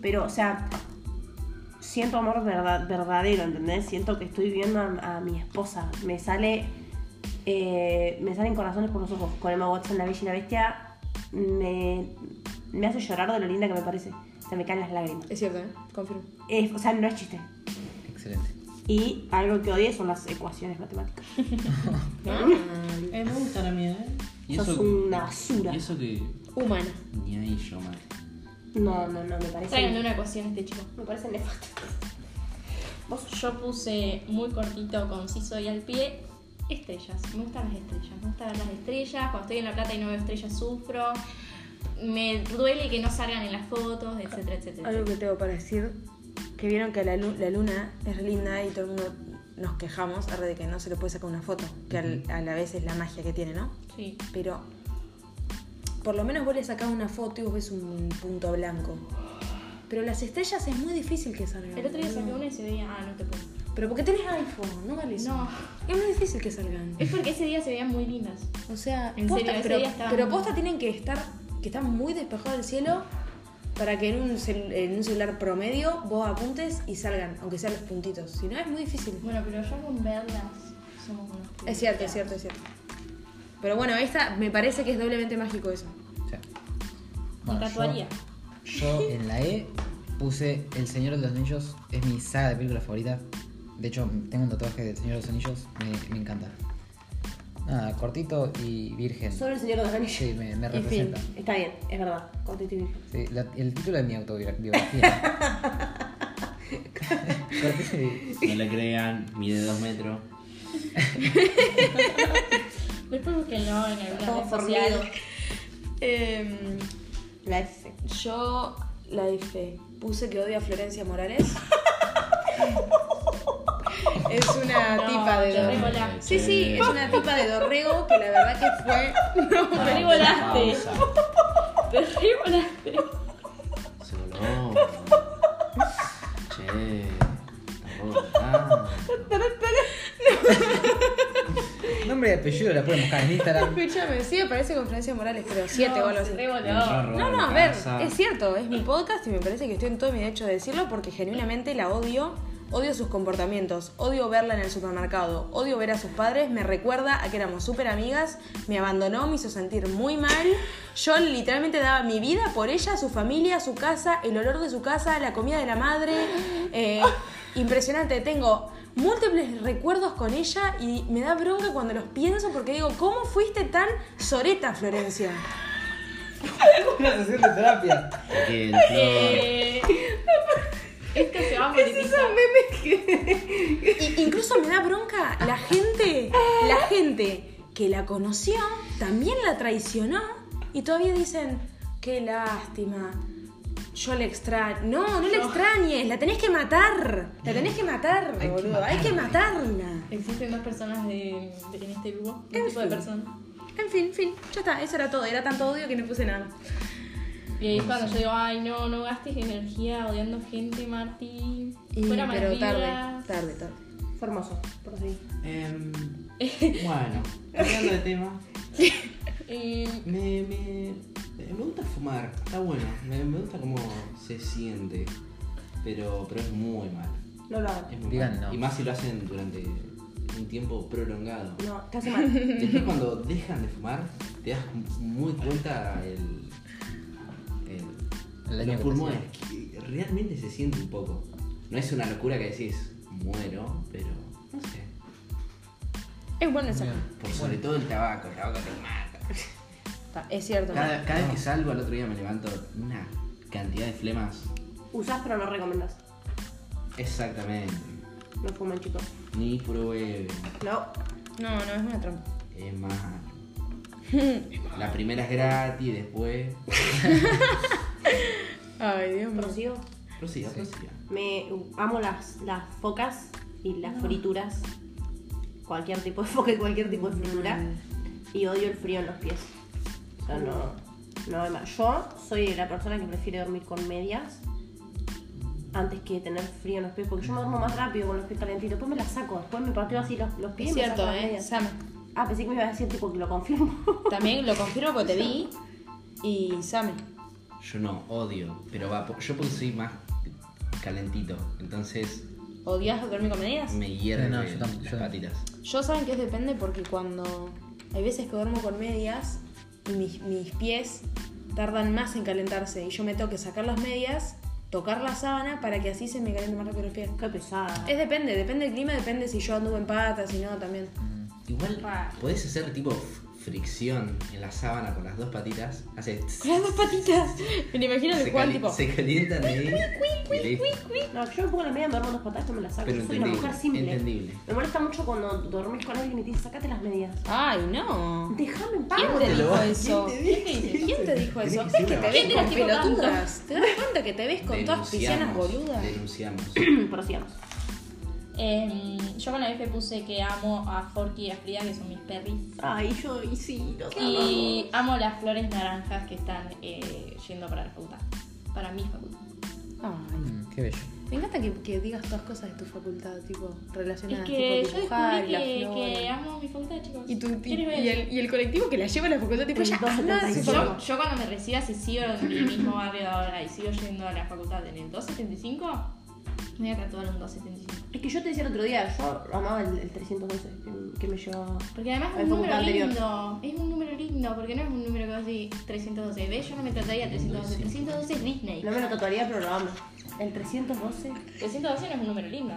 Speaker 2: Pero, o sea, siento amor verda- verdadero, ¿entendés? Siento que estoy viendo a, a mi esposa. Me sale. eh, me salen corazones por los ojos. Con Emma Watson, la bella y la bestia, me, me hace llorar de lo linda que me parece. Se me caen las lágrimas.
Speaker 6: Es cierto, ¿eh? Confirmo.
Speaker 2: Es- o sea, no es chiste.
Speaker 5: Excelente.
Speaker 2: Y algo que odie son las ecuaciones matemáticas.
Speaker 6: Ah,
Speaker 7: Eh, me gusta la mía, ¿eh? Y
Speaker 2: Sos
Speaker 7: eso,
Speaker 2: una basura.
Speaker 7: y eso que.
Speaker 6: Humana.
Speaker 7: Ni ahí yo, mal.
Speaker 2: No, no, no, me parece.
Speaker 4: Tráiganle una ecuación a este chico.
Speaker 2: Me parece nefasto.
Speaker 4: Yo puse muy cortito, conciso y al pie. Estrellas. Me gustan las estrellas. Me gustan las estrellas. Cuando estoy en La Plata y no veo estrellas, sufro. Me duele que no salgan en las fotos, etcétera, etcétera.
Speaker 1: Algo
Speaker 4: etcétera.
Speaker 1: que tengo para decir, que vieron que la, lu- la luna es linda y todo el mundo nos quejamos ahora de que no se le puede sacar una foto, que al- a la vez es la magia que tiene, ¿no?
Speaker 4: Sí.
Speaker 1: Pero por lo menos vos le sacás una foto y vos ves un punto blanco. Pero las estrellas es muy difícil que salgan.
Speaker 4: El otro día saqué
Speaker 1: boludo.
Speaker 4: una y se veía. Ah, no te puedo.
Speaker 1: Pero porque tenés iPhone, no vale eso.
Speaker 4: No.
Speaker 1: Es muy difícil que salgan.
Speaker 4: Es porque ese día se veían muy lindas.
Speaker 1: O sea,
Speaker 4: En
Speaker 1: posta,
Speaker 4: serio, ese
Speaker 1: pero,
Speaker 4: día estaba-
Speaker 1: pero posta tienen que estar, que están muy despejados del cielo para que en un, cel- en un celular promedio vos apuntes y salgan, aunque sean los puntitos. Si no, es muy difícil.
Speaker 4: Bueno, pero ya con verlas somos unos
Speaker 1: Es cierto, es cierto, es cierto. Pero bueno, esta me parece que es doblemente mágico eso.
Speaker 5: Sí.
Speaker 4: Me tatuaría.
Speaker 5: Yo, yo en la E puse El Señor de los Anillos, es mi saga de películas favorita. De hecho, tengo un tatuaje del Señor de los Anillos, me, me encanta. Nada, cortito y virgen.
Speaker 2: Solo el señor de los anillos.
Speaker 5: Sí, me, me representa.
Speaker 2: Está bien, es verdad. Cortito y virgen.
Speaker 5: Sí, la- el título de mi autobiografía. Cortito y-
Speaker 7: No le crean, mide dos metros.
Speaker 4: Después búsquenlo en
Speaker 2: Todo
Speaker 4: alguna red
Speaker 2: fornido.
Speaker 4: social.
Speaker 2: La F.
Speaker 1: Em, yo, la F, puse que odio a Florencia Morales. es una
Speaker 4: No,
Speaker 1: tipa de
Speaker 4: te
Speaker 1: Dorrego.
Speaker 7: Eh,
Speaker 4: revolá.
Speaker 1: Sí, sí, es una tipa de Dorrego que la verdad que fue... No,
Speaker 7: Pausa,
Speaker 4: Te volaste.
Speaker 7: pausa.
Speaker 4: Te revolaste.
Speaker 7: Se voló. Che. tampoco tanto.
Speaker 5: Nombre y apellido la pueden buscar en Instagram.
Speaker 1: Escúchame, sí aparece con Florencia Morales, creo, siete
Speaker 4: No,
Speaker 1: o algo así.
Speaker 4: se
Speaker 7: Entró a
Speaker 4: revoló.
Speaker 7: robar
Speaker 1: No,
Speaker 7: mi
Speaker 1: no, a ver,
Speaker 7: casa.
Speaker 1: es cierto, es mi podcast y me parece que estoy en todo mi derecho de decirlo porque genuinamente la odio. Odio sus comportamientos, odio verla en el supermercado, odio ver a sus padres, me recuerda a que éramos súper amigas, me abandonó, me hizo sentir muy mal. Yo literalmente daba mi vida por ella, su familia, su casa, el olor de su casa, la comida de la madre. Eh, impresionante, tengo múltiples recuerdos con ella y me da bronca cuando los pienso porque digo, ¿cómo fuiste tan soreta, Florencia?
Speaker 5: Una sesión de terapia.
Speaker 7: Porque entró-
Speaker 4: Eh, Esto se va a monetizar.
Speaker 1: Y- incluso me da bronca la gente, la gente que la conoció también la traicionó y todavía dicen, qué lástima. Yo le extraño. No, no le extrañes, la tenés que matar. La tenés que matar,
Speaker 5: Hay que
Speaker 1: boludo. Hay que matarla.
Speaker 4: Existen dos personas de, de- en este grupo. Un tipo de persona.
Speaker 1: En fin, en fin, ya está, eso era todo. Era tanto odio que no puse nada.
Speaker 4: Y ahí es cuando yo digo, ay, no, no gastes energía odiando gente, Martín. Fuera
Speaker 1: pero
Speaker 4: Martín.
Speaker 1: tarde, tarde, tarde.
Speaker 2: Fue hermoso, por sí.
Speaker 3: Em, bueno, cambiando de tema.
Speaker 4: Eh,
Speaker 3: Me, me, me gusta gusta fumar, está bueno, me, me gusta cómo se siente, pero, pero es muy mal.
Speaker 2: No lo hagan.
Speaker 3: Es muy
Speaker 5: Digan
Speaker 3: mal.
Speaker 5: no.
Speaker 3: Y más si lo hacen durante un tiempo prolongado.
Speaker 2: No, te hace mal.
Speaker 3: Después cuando dejan de fumar, te das muy cuenta el, el-
Speaker 5: El daño
Speaker 3: los
Speaker 5: que
Speaker 3: pulmones. que realmente se siente un poco. No es una locura que decís, muero, pero no sé.
Speaker 1: Es bueno eso.
Speaker 3: Por sobre todo el tabaco, el tabaco te mata.
Speaker 1: Está, Es cierto.
Speaker 3: Cada, cada vez que salgo al otro día me levanto una cantidad de flemas.
Speaker 2: Usás pero no recomendás.
Speaker 3: Exactamente.
Speaker 2: No fumen, chicos.
Speaker 3: Ni pruebe.
Speaker 2: No.
Speaker 1: No, no, es una trampa.
Speaker 3: Es malo. La primera es gratis, después.
Speaker 1: Ay, Dios mío.
Speaker 2: Prosigo.
Speaker 3: Prosiga, prosiga.
Speaker 2: Me uh, amo las, las focas y
Speaker 4: Ah.
Speaker 2: las frituras. Cualquier tipo de foca y cualquier tipo de fritura.
Speaker 4: Mm.
Speaker 2: Y odio el frío en los pies. O sea, no. No hay más. Yo soy la persona que prefiere dormir con medias antes que tener frío en los pies, porque yo me duermo más rápido con los pies calentitos. Después me las saco, después me pateo así los, los pies.
Speaker 4: Es
Speaker 2: y me saco
Speaker 4: cierto,
Speaker 2: las
Speaker 4: ¿eh?
Speaker 2: medias.
Speaker 4: Sam,
Speaker 2: Ah, pensé que me iba a decir tipo que lo confirmo.
Speaker 1: También lo confirmo porque te vi. Y Same.
Speaker 3: Yo no, odio, pero va, po- yo porque soy más calentito, entonces
Speaker 4: ¿odias dormir con medias?
Speaker 3: me hierven
Speaker 5: No, no,
Speaker 3: de-
Speaker 5: yo tampoco,
Speaker 3: las
Speaker 5: yo no.
Speaker 3: patitas.
Speaker 1: Yo saben que es depende porque cuando hay veces que duermo con medias y mis, mis pies tardan más en calentarse y yo me tengo que sacar las medias, tocar la sábana para que así se me caliente más rápido los pies.
Speaker 2: Qué pesada.
Speaker 1: Es depende, depende del clima, depende si yo anduve en patas, si no también.
Speaker 3: Igual
Speaker 4: Pa.
Speaker 3: podés hacer tipo f- fricción en la sábana con las dos patitas, haces tss,
Speaker 1: Las dos patitas. Me lo imagino el
Speaker 3: se,
Speaker 1: cual
Speaker 3: cali-
Speaker 1: tipo.
Speaker 3: se calientan ahí. y le-
Speaker 2: No, yo me pongo la media, me duermo dos patadas, yo me las saco.
Speaker 3: Pero
Speaker 2: yo soy una
Speaker 3: entendible,
Speaker 2: mujer simple.
Speaker 3: entendible.
Speaker 2: Me molesta mucho cuando dormís con alguien y te dice, sacate las medias.
Speaker 1: Ay, no.
Speaker 2: Déjame en paz.
Speaker 1: ¿Quién te dijo
Speaker 3: ¿Quién
Speaker 1: eso?
Speaker 3: te
Speaker 1: ¿Quién te, ¿Quién te dijo
Speaker 3: Tenés
Speaker 1: eso? ¿Ves
Speaker 3: que ser
Speaker 1: que te ves
Speaker 3: una boluda.
Speaker 1: con
Speaker 4: Tenés que ser
Speaker 1: pelotudas? ¿Te das cuenta que te ves con todas piscianas
Speaker 3: Denunciamos,
Speaker 1: boludas?
Speaker 3: Denunciamos.
Speaker 2: Prosigamos.
Speaker 4: Eh, yo con la F puse que amo a Forky y a Frida, que son mis perris.
Speaker 2: Ay, yo, y sí, no sé.
Speaker 4: Y amo las flores naranjas que están eh, yendo para la facultad. Para mi facultad.
Speaker 1: Ay.
Speaker 5: Mm, qué bello.
Speaker 1: Me encanta que, que digas todas cosas de tu facultad, tipo,
Speaker 4: Es
Speaker 1: relacionadas
Speaker 4: que
Speaker 1: tipo,
Speaker 4: yo
Speaker 1: dibujar,
Speaker 4: descubrí que,
Speaker 1: las
Speaker 4: que
Speaker 1: flores.
Speaker 4: amo mi facultad, chicos.
Speaker 1: y, tu, y,
Speaker 4: ¿Quieres ver?
Speaker 1: y el, y el colectivo que la lleva a la facultad, tipo,
Speaker 2: El
Speaker 1: ya ama su
Speaker 2: 275.
Speaker 4: yo, yo cuando me reciba, si sigo en mi mismo barrio ahora y sigo yendo a la facultad en el 275, me voy a tatuar un 275.
Speaker 2: Es que yo te decía el otro día, yo amaba el, el 312 que, que me llevaba.
Speaker 4: Porque además es
Speaker 2: Ay,
Speaker 4: un
Speaker 2: como
Speaker 4: número
Speaker 2: anterior.
Speaker 4: lindo. Es un número lindo, porque no es un número que vos decís 312. ¿Ves? Yo no me trataría 312. 312 es Disney.
Speaker 2: No me lo tatuaría, pero lo amo. El 312,
Speaker 4: 312 no es un número lindo.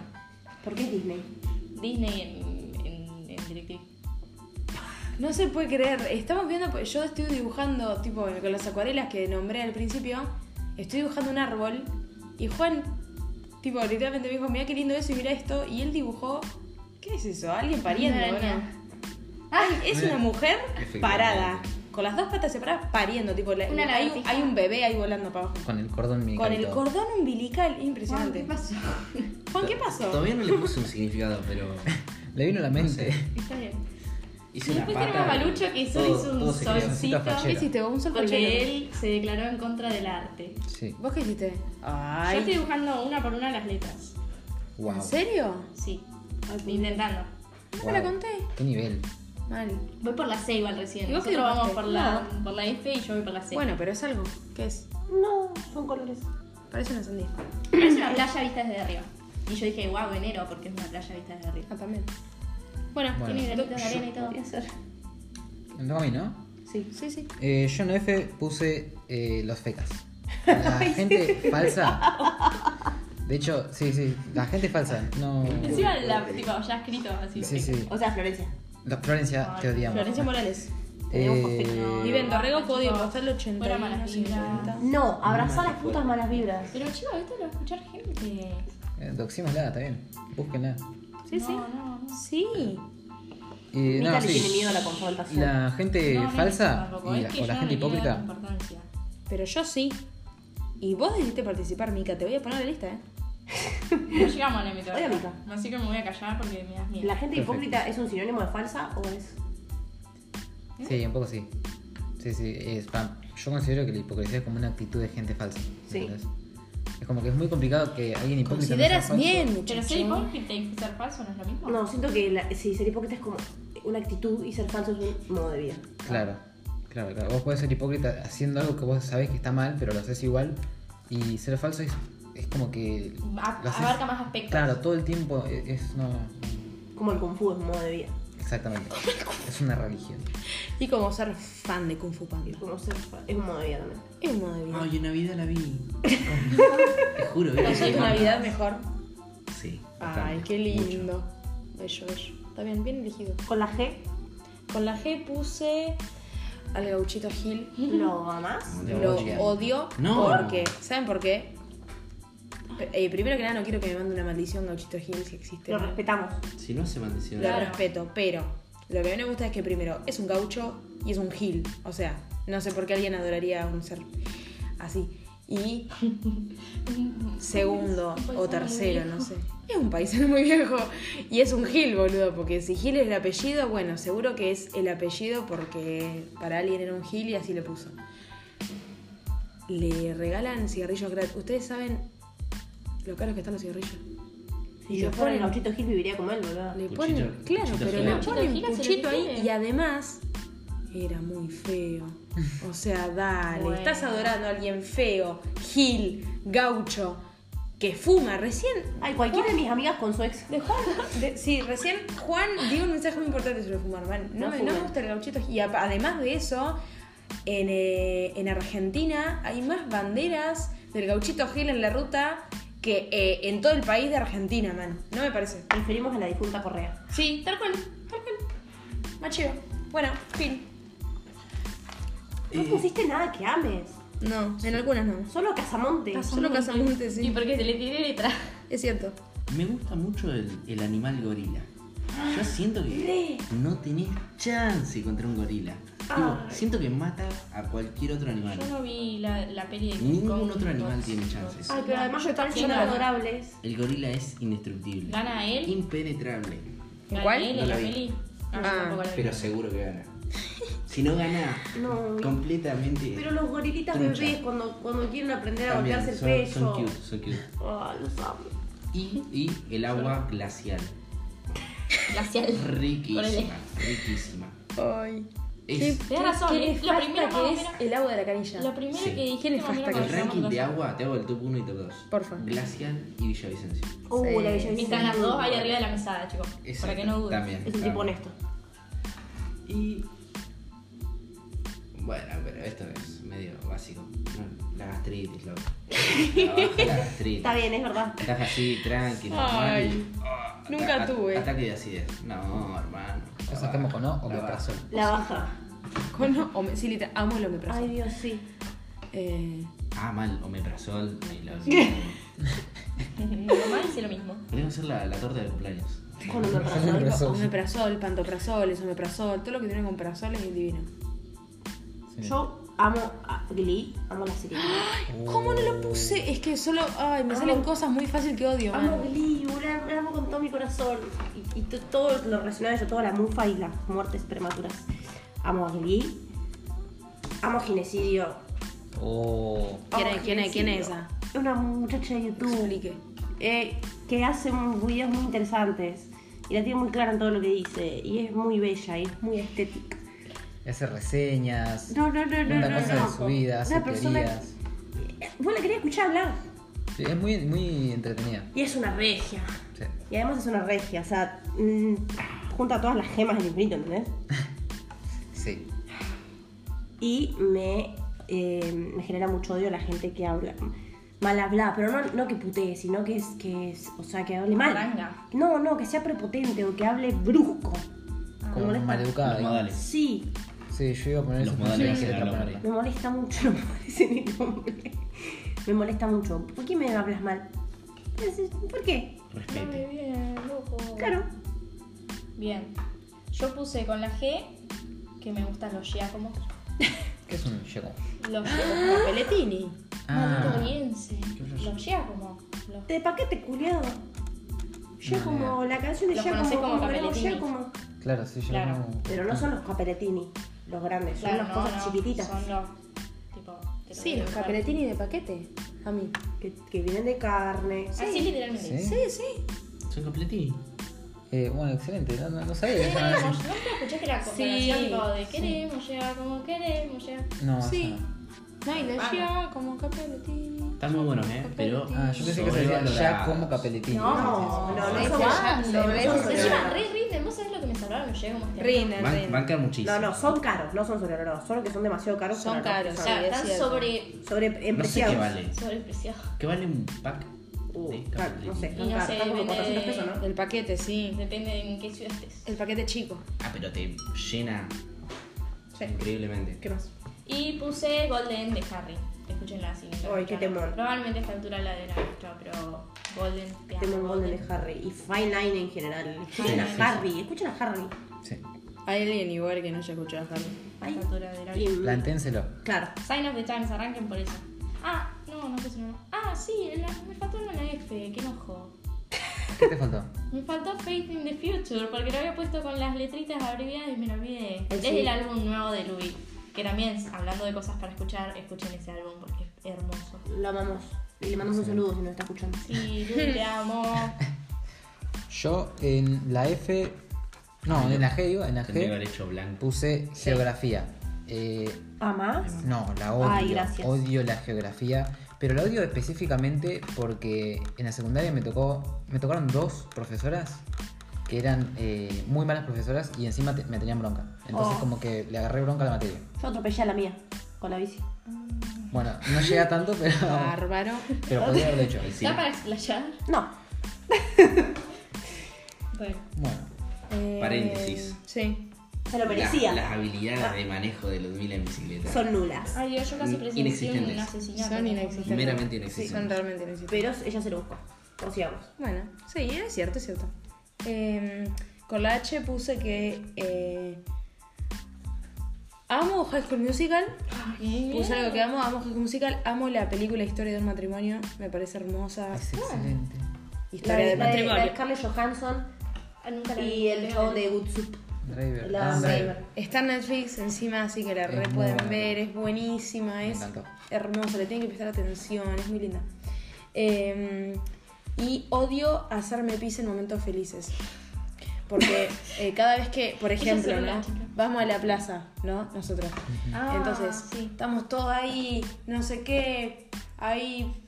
Speaker 2: ¿por qué es Disney?
Speaker 4: Disney en, en, en DirecTV.
Speaker 1: No se puede creer. Estamos viendo, pues, yo estoy dibujando, tipo, con las acuarelas que nombré al principio, estoy dibujando un árbol y Juan, tipo, literalmente me dijo, mira qué lindo eso y mira esto. Y él dibujó, ¿qué es eso? Alguien pariendo,
Speaker 4: Una
Speaker 1: ¿no?
Speaker 4: araña.
Speaker 1: Ay, es una mujer
Speaker 3: Efectivamente.
Speaker 1: parada, con las dos patas separadas, pariendo, tipo, la-
Speaker 4: Una
Speaker 1: hay, un-
Speaker 4: lagartija.
Speaker 1: hay un bebé ahí volando para abajo.
Speaker 5: Con el cordón mini.
Speaker 1: Con el cordón umbilical, impresionante.
Speaker 4: pasó?
Speaker 1: Juan, ¿qué pasó?
Speaker 3: Todavía no le puse un significado, pero
Speaker 5: Le vino a la mente.
Speaker 4: Está bien.
Speaker 3: hice
Speaker 4: Y
Speaker 3: una
Speaker 4: después
Speaker 3: pata.
Speaker 4: tenemos a Balucho, que solo
Speaker 3: todo-
Speaker 4: hizo un
Speaker 3: todo se creó.
Speaker 4: solcito.
Speaker 1: ¿Qué hiciste? ¿Un sol
Speaker 4: Porque
Speaker 1: cochino?
Speaker 4: él se declaró en contra del arte.
Speaker 5: Sí.
Speaker 1: ¿Vos qué hiciste?
Speaker 4: Yo
Speaker 1: Ay,
Speaker 4: estoy dibujando una por una las letras.
Speaker 3: Ah.
Speaker 5: Wow.
Speaker 1: ¿En serio?
Speaker 4: Sí. Intentando.
Speaker 1: ¿No me la conté?
Speaker 5: Qué nivel.
Speaker 1: Mal.
Speaker 4: Voy por la C igual recién.
Speaker 1: ¿Y vos qué
Speaker 4: Nosotros vamos
Speaker 1: dibujaste?
Speaker 4: por la, por la F y yo voy por la C.
Speaker 1: Bueno, pero es algo. ¿Qué es?
Speaker 2: No, son colores.
Speaker 1: Parece una sandía.
Speaker 4: es una playa vista desde arriba. Y yo dije, wow, enero, porque es una playa vista desde arriba.
Speaker 1: Ah, también.
Speaker 4: Bueno,
Speaker 5: Bueno.
Speaker 4: tiene granitos de arena y todo.
Speaker 2: Podría ser.
Speaker 5: No a mí, ¿no?
Speaker 2: Sí.
Speaker 1: Sí, sí.
Speaker 5: Eh, yo en F puse eh, los fecas. La gente falsa. De hecho, sí, sí. La gente falsa. No.
Speaker 4: Encima la, tipo, ya escrito así.
Speaker 5: Sí, sí.
Speaker 2: O sea, Florencia.
Speaker 5: La- Florencia, te odiamos.
Speaker 1: Florencia Morales.
Speaker 5: Eh,
Speaker 1: Vive en Dorrego, código
Speaker 4: chicos.
Speaker 1: postal 80.
Speaker 4: Fuera malas vibras.
Speaker 2: No, abrazá las putas malas vibras.
Speaker 4: Pero chicos, esto lo va a escuchar gente.
Speaker 5: eh, doxémosla, está bien. Búsquenla.
Speaker 1: Sí, sí.
Speaker 4: No, no, no.
Speaker 1: Sí.
Speaker 5: Eh,
Speaker 2: Mita
Speaker 5: no,
Speaker 2: le tiene miedo a
Speaker 5: sí.
Speaker 2: la confrontación.
Speaker 5: La gente
Speaker 4: No, no
Speaker 5: Eh, falsa
Speaker 4: importa tampoco,
Speaker 5: y
Speaker 4: es
Speaker 5: la-
Speaker 4: que
Speaker 5: o la
Speaker 4: yo
Speaker 5: gente
Speaker 4: no le quiero dar
Speaker 5: hipócrita.
Speaker 4: importancia.
Speaker 1: Pero yo sí. Y vos decidiste participar, Mica. Te voy a poner la lista, ¿eh?
Speaker 4: No llegamos a la mitad.
Speaker 2: Oye, amiga.
Speaker 4: Así que me voy a callar porque me das miedo.
Speaker 2: ¿La gente
Speaker 5: Perfecto.
Speaker 2: hipócrita es un sinónimo de falsa o es.?
Speaker 1: ¿Eh?
Speaker 5: Sí, un poco sí. Sí, sí, es pa- yo considero que la hipocresía es como una actitud de gente falsa.
Speaker 2: Sí.
Speaker 5: ¿entendés? Es como que es muy complicado que alguien hipócrita no sea
Speaker 1: Consideras
Speaker 5: falso.
Speaker 1: bien,
Speaker 4: Pero
Speaker 1: muchacho.
Speaker 4: ser hipócrita y ser falso no es lo mismo.
Speaker 2: No, siento que la- sí, ser hipócrita es como una actitud y ser falso es un modo de vida.
Speaker 5: Claro. Claro, claro. Vos podés ser hipócrita haciendo algo que vos sabés que está mal, pero lo haces igual. Y ser falso es, es como que.
Speaker 4: A-
Speaker 5: lo haces-
Speaker 4: abarca más aspectos.
Speaker 5: Claro, todo el tiempo es. es- no,
Speaker 2: Como el Kung Fu es modo de vida.
Speaker 5: exactamente. Es una religión.
Speaker 1: ¿eh? Y como ser fan de Kung Fu Panda.
Speaker 2: Como ser fa- es un modo de vida también.
Speaker 1: Es un modo de vida.
Speaker 3: Ay, en Navidad la vi. Te juro, vi.
Speaker 1: ¿No soy
Speaker 3: una
Speaker 1: Navidad mejor?
Speaker 3: Sí.
Speaker 1: Ay,
Speaker 3: bastante,
Speaker 1: qué
Speaker 3: mucho.
Speaker 1: lindo. Bello, bello. Está bien, bien elegido.
Speaker 2: Con la G,
Speaker 1: Con la G puse al gauchito Gil.
Speaker 2: lo amás.
Speaker 3: Te
Speaker 1: Lo
Speaker 3: odian.
Speaker 1: odio
Speaker 3: No.
Speaker 1: porque, ¿saben por qué? P- eh, primero que nada no quiero que me mande una maldición Gauchito Gil si existe.
Speaker 2: Lo
Speaker 1: ¿no?
Speaker 2: respetamos.
Speaker 3: Si no hace maldición.
Speaker 1: Lo
Speaker 4: Claro.
Speaker 1: respeto, pero lo que a mí me gusta es que primero es un gaucho y es un gil. O sea, no sé por qué alguien adoraría a un ser así. Y
Speaker 4: Mm,
Speaker 1: segundo
Speaker 4: Un paisano
Speaker 1: o tercero,
Speaker 4: muy
Speaker 1: no
Speaker 4: viejo.
Speaker 1: sé. Es un paisano muy viejo. Y es un Gil, boludo, porque si Gil es el apellido, bueno, seguro que es el apellido porque para alguien era un Gil y así le puso. Le regalan cigarrillos gratis. ¿Ustedes saben lo caros que están los cigarrillos?
Speaker 2: Si
Speaker 1: Y
Speaker 2: yo
Speaker 1: lo
Speaker 2: fuera el
Speaker 1: ponen-
Speaker 2: gauchito Gil viviría como él, boludo.
Speaker 1: Le
Speaker 3: Puchito,
Speaker 1: ponen, claro,
Speaker 3: puchito
Speaker 1: pero
Speaker 3: feo.
Speaker 1: le ponen
Speaker 4: Puchito fino se
Speaker 1: puchito
Speaker 4: le
Speaker 1: ahí
Speaker 4: dice.
Speaker 1: y además era muy feo. O sea, dale,
Speaker 4: Bueno.
Speaker 1: estás adorando a alguien feo, gil, gaucho, que fuma. Recién,
Speaker 2: Ay, cualquiera de mis amigas con su ex.
Speaker 1: de Juan, de- sí, recién Juan dio un mensaje muy importante sobre fumar, man. No,
Speaker 2: No
Speaker 1: me, no me
Speaker 2: fumen.
Speaker 1: gusta el gauchito. Y a- además de eso, en, eh, en Argentina hay más banderas del gauchito gil en la ruta que eh, en todo el país de Argentina, man. No me parece.
Speaker 2: Preferimos a la difunta Correa.
Speaker 4: Sí, tal cual. Tal cual.
Speaker 1: Macheo. Bueno, fin.
Speaker 3: Eh.
Speaker 2: No pusiste nada que ames.
Speaker 1: No, en algunas no.
Speaker 2: Solo Casamonte.
Speaker 1: Solo Casamonte,
Speaker 4: Y
Speaker 1: sí.
Speaker 4: porque se le tiré letra.
Speaker 1: Es cierto.
Speaker 3: Me gusta mucho el, el animal gorila. Yo siento que no tenés chance contra un gorila. Tipo, siento que mata a cualquier otro animal.
Speaker 4: Yo no vi la, la peli de
Speaker 3: Ningún
Speaker 4: Kong,
Speaker 3: otro animal
Speaker 4: Kong,
Speaker 3: tiene
Speaker 4: Kong.
Speaker 3: chances.
Speaker 2: Ay, pero además me parecen
Speaker 4: Sí, gana.
Speaker 2: adorables.
Speaker 3: El gorila es indestructible.
Speaker 4: Gana él.
Speaker 3: Impenetrable.
Speaker 4: Gana
Speaker 1: ¿Cuál?
Speaker 4: él
Speaker 3: No
Speaker 4: en
Speaker 3: la
Speaker 4: la
Speaker 3: vi.
Speaker 4: peli. No, yo
Speaker 1: Ah.
Speaker 4: tampoco la vi.
Speaker 3: Pero seguro que gana. Si no gana,
Speaker 2: No.
Speaker 3: completamente.
Speaker 2: Pero los gorilitas
Speaker 3: Eh, Trucha.
Speaker 2: bebés cuando, cuando quieren aprender a
Speaker 3: también
Speaker 2: golpearse el
Speaker 3: son,
Speaker 2: pecho.
Speaker 3: son cute, son cute.
Speaker 2: Ah, los amo.
Speaker 3: Y, y el agua glacial.
Speaker 4: Glacial.
Speaker 3: Riquísima, riquísima.
Speaker 1: Ay.
Speaker 3: Es
Speaker 4: Tenés razón,
Speaker 1: ¿Qué
Speaker 4: es lo
Speaker 1: nefasta
Speaker 4: primero
Speaker 1: que es
Speaker 4: más o menos-
Speaker 1: el agua de la canilla.
Speaker 4: Lo primero
Speaker 3: Sí.
Speaker 4: que dijiste
Speaker 1: ¿Quién
Speaker 4: más o menos
Speaker 1: falta
Speaker 4: cuando
Speaker 1: que
Speaker 3: el
Speaker 4: llegamos
Speaker 3: ranking de
Speaker 4: a casa.
Speaker 3: agua, te hago el top 1 y top 2.
Speaker 1: Porfa.
Speaker 3: Glacial y Villavicencio.
Speaker 2: Uh,
Speaker 1: Sí.
Speaker 2: la belleza.
Speaker 4: Están las dos ahí arriba de la mesada, chicos.
Speaker 3: Exacto,
Speaker 4: Para que no duden.
Speaker 3: También.
Speaker 2: Es un
Speaker 3: también.
Speaker 2: tipo honesto.
Speaker 3: Y. Bueno, pero esto es medio básico. ¿no? La gastritis, loco. La baja la gastritis.
Speaker 2: Está bien, es verdad.
Speaker 3: Estás así, tranquilo.
Speaker 1: Ay, nunca tuve.
Speaker 3: Ataque de acidez. No, hermano.
Speaker 5: Lo sacamos con O o
Speaker 3: La
Speaker 5: con
Speaker 3: baja.
Speaker 5: Prazol.
Speaker 2: La baja.
Speaker 1: Con ome- sí, literal, amo el omeprazol.
Speaker 2: Ay, Dios, sí.
Speaker 1: Eh,
Speaker 3: Ah, mal, omeprazol. I love you.
Speaker 4: Normal dice lo mismo.
Speaker 3: Podríamos hacer la, la torta de cumpleaños.
Speaker 2: Con un
Speaker 5: Yo
Speaker 2: abrazo.
Speaker 5: siempre- Omeprazol, sí.
Speaker 1: omeprazol, pantoprazol, es omeprazol, todo lo que tiene con prazol es divino.
Speaker 5: Sí.
Speaker 2: Yo amo a Glee, amo la serie.
Speaker 5: Uh.
Speaker 1: ¿Cómo no lo puse? Es que solo. Ay, me salen cosas muy fácil que odio,
Speaker 2: Amo
Speaker 1: man.
Speaker 2: Glee, la, la amo con todo mi corazón. Y, y to- todo lo relacionado a ello, toda la mufa y las muertes prematuras. Amo a Glee. Amo Ginecidio.
Speaker 5: Oh.
Speaker 1: ¿Quién
Speaker 2: Amo
Speaker 1: es, quién es, quién es
Speaker 2: Ginecidio.
Speaker 1: esa?
Speaker 2: Es una muchacha de YouTube
Speaker 1: Explique.
Speaker 2: eh, que hace un- videos muy interesantes. Y la tiene muy clara en todo lo que dice. Y es muy bella y es muy estética.
Speaker 5: Hace reseñas.
Speaker 2: No, no, no, no.
Speaker 5: Cuenta
Speaker 2: no,
Speaker 5: cosas
Speaker 2: no.
Speaker 5: de su vida, hace
Speaker 2: Una persona.
Speaker 5: teorías.
Speaker 2: Vos la quería escuchar hablar.
Speaker 5: Sí, es muy, muy entretenida.
Speaker 2: Y es una regia.
Speaker 5: Sí.
Speaker 2: Y además es una regia, o sea, mm, junta todas las gemas del infinito, ¿entendés?
Speaker 5: Sí.
Speaker 2: Y me, eh, me genera mucho odio la gente que habla mal habla, pero no, no que putee, sino que es, que es, o sea, que hable mal.
Speaker 4: Arranga.
Speaker 2: No, no, que sea prepotente o que hable brusco.
Speaker 5: Ah. Como
Speaker 2: Ah, molesta-
Speaker 5: maleducada.
Speaker 3: Los
Speaker 5: digamos.
Speaker 3: modales.
Speaker 2: Sí,
Speaker 5: Sí, yo iba a poner
Speaker 3: Los
Speaker 5: eso,
Speaker 3: modales que
Speaker 5: pero no sé
Speaker 3: ganó
Speaker 5: qué otra
Speaker 3: María.
Speaker 2: me molesta mucho, no puedo decir mi nombre. Me molesta mucho. ¿Por qué me hablas mal? Pues, ¿Por qué?
Speaker 3: Respete.
Speaker 4: bien, loco.
Speaker 2: Claro.
Speaker 4: Bien. Yo puse con la G que me gustan los giacomos.
Speaker 5: ¿Qué es un Ah, yegón?
Speaker 4: Los
Speaker 3: Ah.
Speaker 1: Ah.
Speaker 4: giacomos.
Speaker 1: Peletini.
Speaker 4: Maldito oriense.
Speaker 5: Qué horror.
Speaker 4: Los giacomos. Los
Speaker 2: De paquete culiado. Yo
Speaker 5: No,
Speaker 2: como la canción de
Speaker 4: Los
Speaker 2: Yo
Speaker 4: conocés
Speaker 2: como,
Speaker 4: como
Speaker 2: como queremos,
Speaker 4: Capelletini.
Speaker 2: Yo como.
Speaker 5: Claro, sí, yo
Speaker 4: Claro.
Speaker 5: no-
Speaker 2: Pero no son los capelletini, los grandes, son
Speaker 4: Claro,
Speaker 2: las
Speaker 4: no,
Speaker 2: cosas
Speaker 4: no,
Speaker 2: chiquititas
Speaker 4: Son los. Tipo. te lo
Speaker 1: Sí,
Speaker 4: digo,
Speaker 1: los
Speaker 4: claro.
Speaker 1: capeletini de paquete. A mí.
Speaker 2: que, que vienen de carne.
Speaker 4: Ah, Así literalmente.
Speaker 5: Sí.
Speaker 1: Sí, sí.
Speaker 3: Son completí.
Speaker 5: Eh, bueno, excelente. No, no, no sabía que eso no era
Speaker 4: Queremos,
Speaker 5: así.
Speaker 4: ¿Nunca escuchaste la comparación
Speaker 1: Sí,
Speaker 4: tipo, de
Speaker 5: sí.
Speaker 4: queremos llegar como queremos llegar?
Speaker 5: No, eso
Speaker 4: Sí.
Speaker 5: no.
Speaker 4: Nadie
Speaker 6: Para.
Speaker 4: llega como capelotini.
Speaker 3: Están muy buenos, ¿eh? Pero.
Speaker 5: Ah, yo pensé que se decía ya
Speaker 3: sobrevalorados.
Speaker 5: como capeletín.
Speaker 2: No, no, no
Speaker 4: Ay,
Speaker 2: somos
Speaker 4: ya,
Speaker 2: ya-
Speaker 4: lo
Speaker 2: no
Speaker 4: re-
Speaker 2: somos
Speaker 4: Encima, re
Speaker 2: sobrevalorados.
Speaker 4: rinden. ¿Vos sabés lo que me salvaron? Yo como este.
Speaker 1: Rinden,
Speaker 3: Ban-
Speaker 1: rinden.
Speaker 3: Bancan muchísimo.
Speaker 2: No, no, son caros, no son sobrevalorados, solo que son demasiado caros.
Speaker 1: Son
Speaker 2: para lo
Speaker 1: caros,
Speaker 2: que
Speaker 4: O
Speaker 2: son.
Speaker 4: sea,
Speaker 1: Sí, es
Speaker 4: están
Speaker 1: cierto.
Speaker 4: sobre,
Speaker 2: Sobre
Speaker 3: No sé qué vale.
Speaker 4: sobrepreciados.
Speaker 3: ¿Qué vale un pack de
Speaker 2: Uh, claro,
Speaker 3: capeletín?
Speaker 2: no sé,
Speaker 4: Y no
Speaker 2: están
Speaker 4: sé,
Speaker 2: caros, están como
Speaker 4: depende
Speaker 2: 400
Speaker 4: de-
Speaker 2: pesos, ¿no?
Speaker 1: El paquete, sí.
Speaker 4: Depende de en qué ciudad estés.
Speaker 1: El paquete chico.
Speaker 3: Ah, pero te llena increíblemente.
Speaker 2: ¿Qué más?
Speaker 4: Y puse Golden de Harry. Escúchenla así. nunca la
Speaker 2: Ay, qué
Speaker 4: escucharon.
Speaker 2: temón.
Speaker 4: Probablemente a esta altura la de la escuchado, pero Golden. te amo,
Speaker 2: Tema Golden de Harry y Fine Line en general.
Speaker 4: Sí,
Speaker 2: Escuchen
Speaker 4: sí,
Speaker 2: a Harry, escuchen a Harry.
Speaker 5: Sí.
Speaker 1: Hay alguien igual que no haya escuchado a Harry.
Speaker 4: A esta altura de la
Speaker 2: Y-
Speaker 5: Planténselo.
Speaker 2: Claro,
Speaker 4: Sign of the Times, arranquen por eso. Ah, no, no puse nada. Ah, sí, la- me faltó una la F, qué enojo.
Speaker 5: ¿Qué te faltó?
Speaker 4: Me faltó Faith in the Future, porque lo había puesto con las letritas abreviadas y me lo olvidé.
Speaker 2: Eh,
Speaker 4: Es
Speaker 2: sí.
Speaker 4: el álbum nuevo de Louis, que también, hablando de cosas para escuchar, escuchen ese álbum porque es hermoso.
Speaker 2: lo amamos. Y le mandamos un saludo si nos está escuchando.
Speaker 4: Sí, Louis, te amo.
Speaker 5: Yo en la F. No, en la G digo, en la
Speaker 3: Tendría que
Speaker 5: G
Speaker 3: haber hecho blanco.
Speaker 5: puse geografía. Eh,
Speaker 2: ¿Ah, más?
Speaker 5: no, la odio.
Speaker 2: Ay, gracias.
Speaker 5: Odio la geografía. Pero la odio específicamente porque en la secundaria me tocó. Me tocaron dos profesoras que eran eh, muy malas profesoras y encima te- me tenían bronca. Entonces
Speaker 2: Oh.
Speaker 5: como que le agarré bronca a la materia.
Speaker 2: Yo atropellé a la mía con la bici.
Speaker 5: Bueno, no llega tanto, pero.
Speaker 1: Bárbaro.
Speaker 5: pero podría haberlo hecho.
Speaker 4: ¿Está para explayar?
Speaker 2: No,
Speaker 4: Bueno.
Speaker 5: Bueno.
Speaker 3: Paréntesis.
Speaker 1: Eh, Sí.
Speaker 2: se lo
Speaker 3: Las,
Speaker 2: merecía. Ah.
Speaker 3: las habilidades de manejo de Ludmila en bicicleta.
Speaker 2: Son nulas.
Speaker 4: Ay, Dios, yo casi presencié un
Speaker 3: Inexistentes.
Speaker 4: asesinato.
Speaker 1: Son inexistentes.
Speaker 3: meramente
Speaker 1: Son
Speaker 3: inexistentes.
Speaker 1: realmente necesarios.
Speaker 2: Pero ella se lo buscó. O sigamos.
Speaker 1: Bueno, sí, es cierto, es cierto. Eh, con la H puse que. eh, amo High School Musical.
Speaker 4: Ay,
Speaker 1: Puse algo que amo, amo High School Musical. Amo la película Historia de un matrimonio. Me parece hermosa.
Speaker 5: Es excelente.
Speaker 2: La
Speaker 1: Historia
Speaker 2: de,
Speaker 1: de
Speaker 2: la de- la de
Speaker 1: matrimonio.
Speaker 2: Scarlett Johansson
Speaker 4: Ah, nunca la vi.
Speaker 2: y el chabón de Good Soup.
Speaker 5: Driver.
Speaker 2: La-
Speaker 5: Adam
Speaker 2: sí.
Speaker 5: Driver.
Speaker 1: Está en Netflix encima, así que la
Speaker 5: Es
Speaker 1: re
Speaker 5: muy
Speaker 1: pueden
Speaker 5: buena.
Speaker 1: ver, es buenísima,
Speaker 5: Me
Speaker 1: es
Speaker 5: encantó.
Speaker 1: hermosa, le tienen que prestar atención, es muy linda. Eh, y odio hacerme pis en momentos felices. Porque eh, cada vez que, por
Speaker 4: Ella
Speaker 1: ejemplo,
Speaker 4: solo la
Speaker 1: ¿no?
Speaker 4: chica.
Speaker 1: vamos a la plaza, ¿no? Nosotros.
Speaker 4: Ah,
Speaker 1: Entonces,
Speaker 4: sí.
Speaker 1: estamos todos ahí, no sé qué, ahí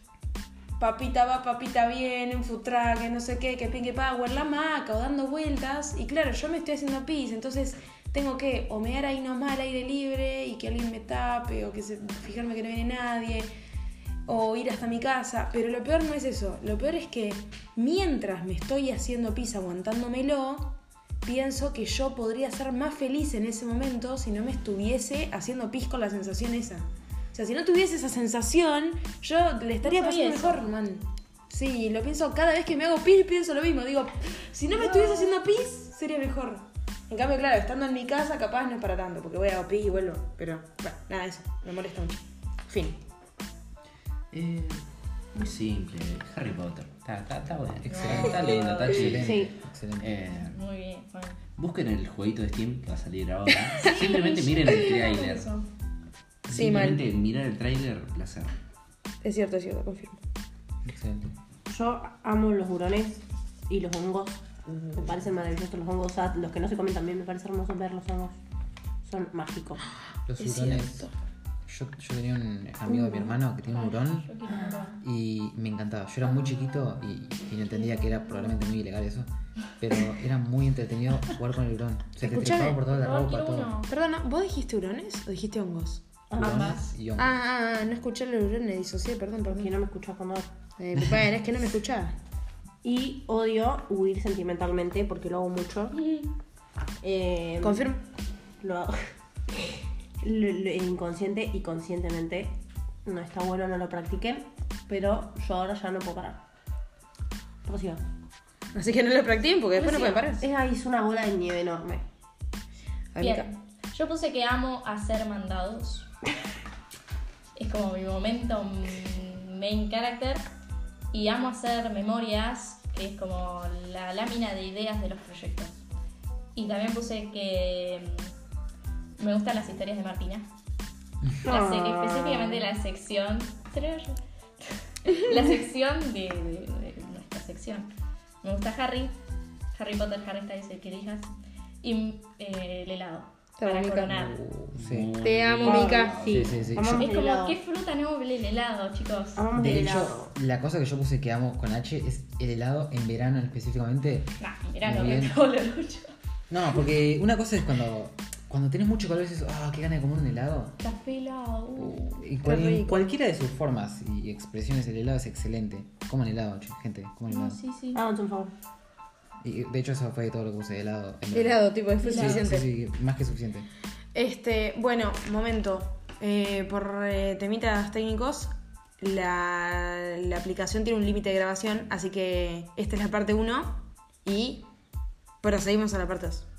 Speaker 1: papita va, papita viene, un food truck, que no sé qué, que pin, que power, la maca, o dando vueltas. Y claro, yo me estoy haciendo pis, entonces tengo que o mear ahí nomás al aire libre y que alguien me tape, o que se, fijarme que no viene nadie, o ir hasta mi casa. Pero lo peor no es eso, lo peor es que mientras me estoy haciendo pis aguantándomelo, pienso que yo podría ser más feliz en ese momento si no me estuviese haciendo pis con la sensación esa. O sea, si no tuviese esa sensación, yo le estaría
Speaker 4: Soy
Speaker 1: pasando
Speaker 4: eso.
Speaker 1: mejor, man. Sí, lo pienso cada vez que me hago pis, pienso lo mismo. Digo, si no me estuviese haciendo pis, sería mejor. En cambio, claro, estando en mi casa, capaz no es para tanto, porque voy a hago pis y vuelvo. Pero, bueno, nada, eso, me molesta mucho. Fin.
Speaker 3: Eh, muy simple. Harry Potter. Está, está, está bueno. Está lindo, está chido.
Speaker 2: Sí.
Speaker 5: Excelente.
Speaker 3: Eh,
Speaker 4: Muy bien, bueno.
Speaker 3: busquen el jueguito de Steam que va a salir ahora. Simplemente miren el tráiler.
Speaker 4: Eso.
Speaker 1: Sí, mal.
Speaker 3: Simplemente mirar el tráiler, placer.
Speaker 1: Es cierto, es cierto, confirmo.
Speaker 5: Excelente.
Speaker 2: Yo amo los hurones y los hongos. Me parecen maravillosos los hongos. O sea, los que no se comen también me parece hermoso ver los hongos. Son mágicos.
Speaker 5: Los
Speaker 1: Es
Speaker 5: hurones.
Speaker 1: cierto.
Speaker 5: Yo, yo tenía un amigo de mi hermano que tiene un hurón
Speaker 4: Yo quiero un
Speaker 5: y me encantaba. Yo era muy chiquito y, y no entendía que era probablemente muy ilegal eso, pero era muy entretenido jugar con el hurón. Se te
Speaker 1: Escuchame,
Speaker 5: trepaba por toda la
Speaker 4: por favor,
Speaker 5: ropa,
Speaker 4: Ah, quiero
Speaker 5: todo.
Speaker 4: uno.
Speaker 1: Perdona, ¿vos dijiste hurones o dijiste hongos?
Speaker 5: Hurones y hongos.
Speaker 1: Ah, ah, ah, no escuché los hurones, disocié, perdón,
Speaker 2: Que
Speaker 1: perdón.
Speaker 2: no me escuchas cuando.
Speaker 1: Eh, bueno, es que no me escuchaba.
Speaker 2: Y odio huir sentimentalmente porque lo hago mucho. Eh,
Speaker 1: Confirmo.
Speaker 2: Lo hago. Lo- lo- inconsciente y conscientemente. No está bueno, no lo practiquen. Pero yo ahora ya no puedo parar. Rocío.
Speaker 1: Así que no lo practiquen porque después no
Speaker 4: Rocío,
Speaker 1: pueden parar.
Speaker 2: Es ahí, es una bola de nieve enorme.
Speaker 1: Ay, me
Speaker 4: Bien. Yo puse que amo hacer mandados. es como mi momento mm, main character. Y amo hacer memorias, que es como la lámina de ideas de los proyectos. Y también puse que mm, me gustan las historias de Martina. La se-
Speaker 2: Ah.
Speaker 4: específicamente la sección. creo yo. La sección de, de- de nuestra sección. Me gusta Harry. Harry Potter, Harry Styles, el que elijas, y eh, el helado.
Speaker 3: Te
Speaker 4: para
Speaker 3: amo, Mica.
Speaker 4: coronar.
Speaker 5: Uh, Sí.
Speaker 3: Te amo, Mica.
Speaker 5: Ah, Sí, sí, sí.
Speaker 2: Amamos
Speaker 4: Es
Speaker 2: el
Speaker 4: como,
Speaker 2: helado. Ah.
Speaker 4: ¿qué fruta no huele el helado, chicos?
Speaker 2: Amamos el
Speaker 5: De
Speaker 2: helado.
Speaker 5: hecho, la cosa que yo puse que amo con H es el helado en verano específicamente.
Speaker 4: Nah, mirá lo
Speaker 5: Muy
Speaker 4: que
Speaker 5: bien.
Speaker 4: pegó la lucha.
Speaker 5: No, porque una cosa es cuando cuando tenés mucho calor dices, ah, qué gana de comer un helado.
Speaker 4: Está pelado. uh.
Speaker 5: Y cual-
Speaker 3: Qué rico.
Speaker 5: cualquiera de sus formas y expresiones el helado es excelente. Coman helado, ch- gente, coman
Speaker 4: No,
Speaker 5: helado.
Speaker 4: sí, sí.
Speaker 2: Ah, por favor.
Speaker 5: Y de hecho eso fue todo lo que puse, helado. en verano.
Speaker 3: Helado, tipo, es
Speaker 5: Sí,
Speaker 3: suficiente.
Speaker 5: Sí, sí, más que suficiente.
Speaker 1: Este, bueno, momento. Eh, por eh, temitas técnicos, la, la aplicación tiene un límite de grabación, así que esta es la parte 1 y procedimos a la parte 2.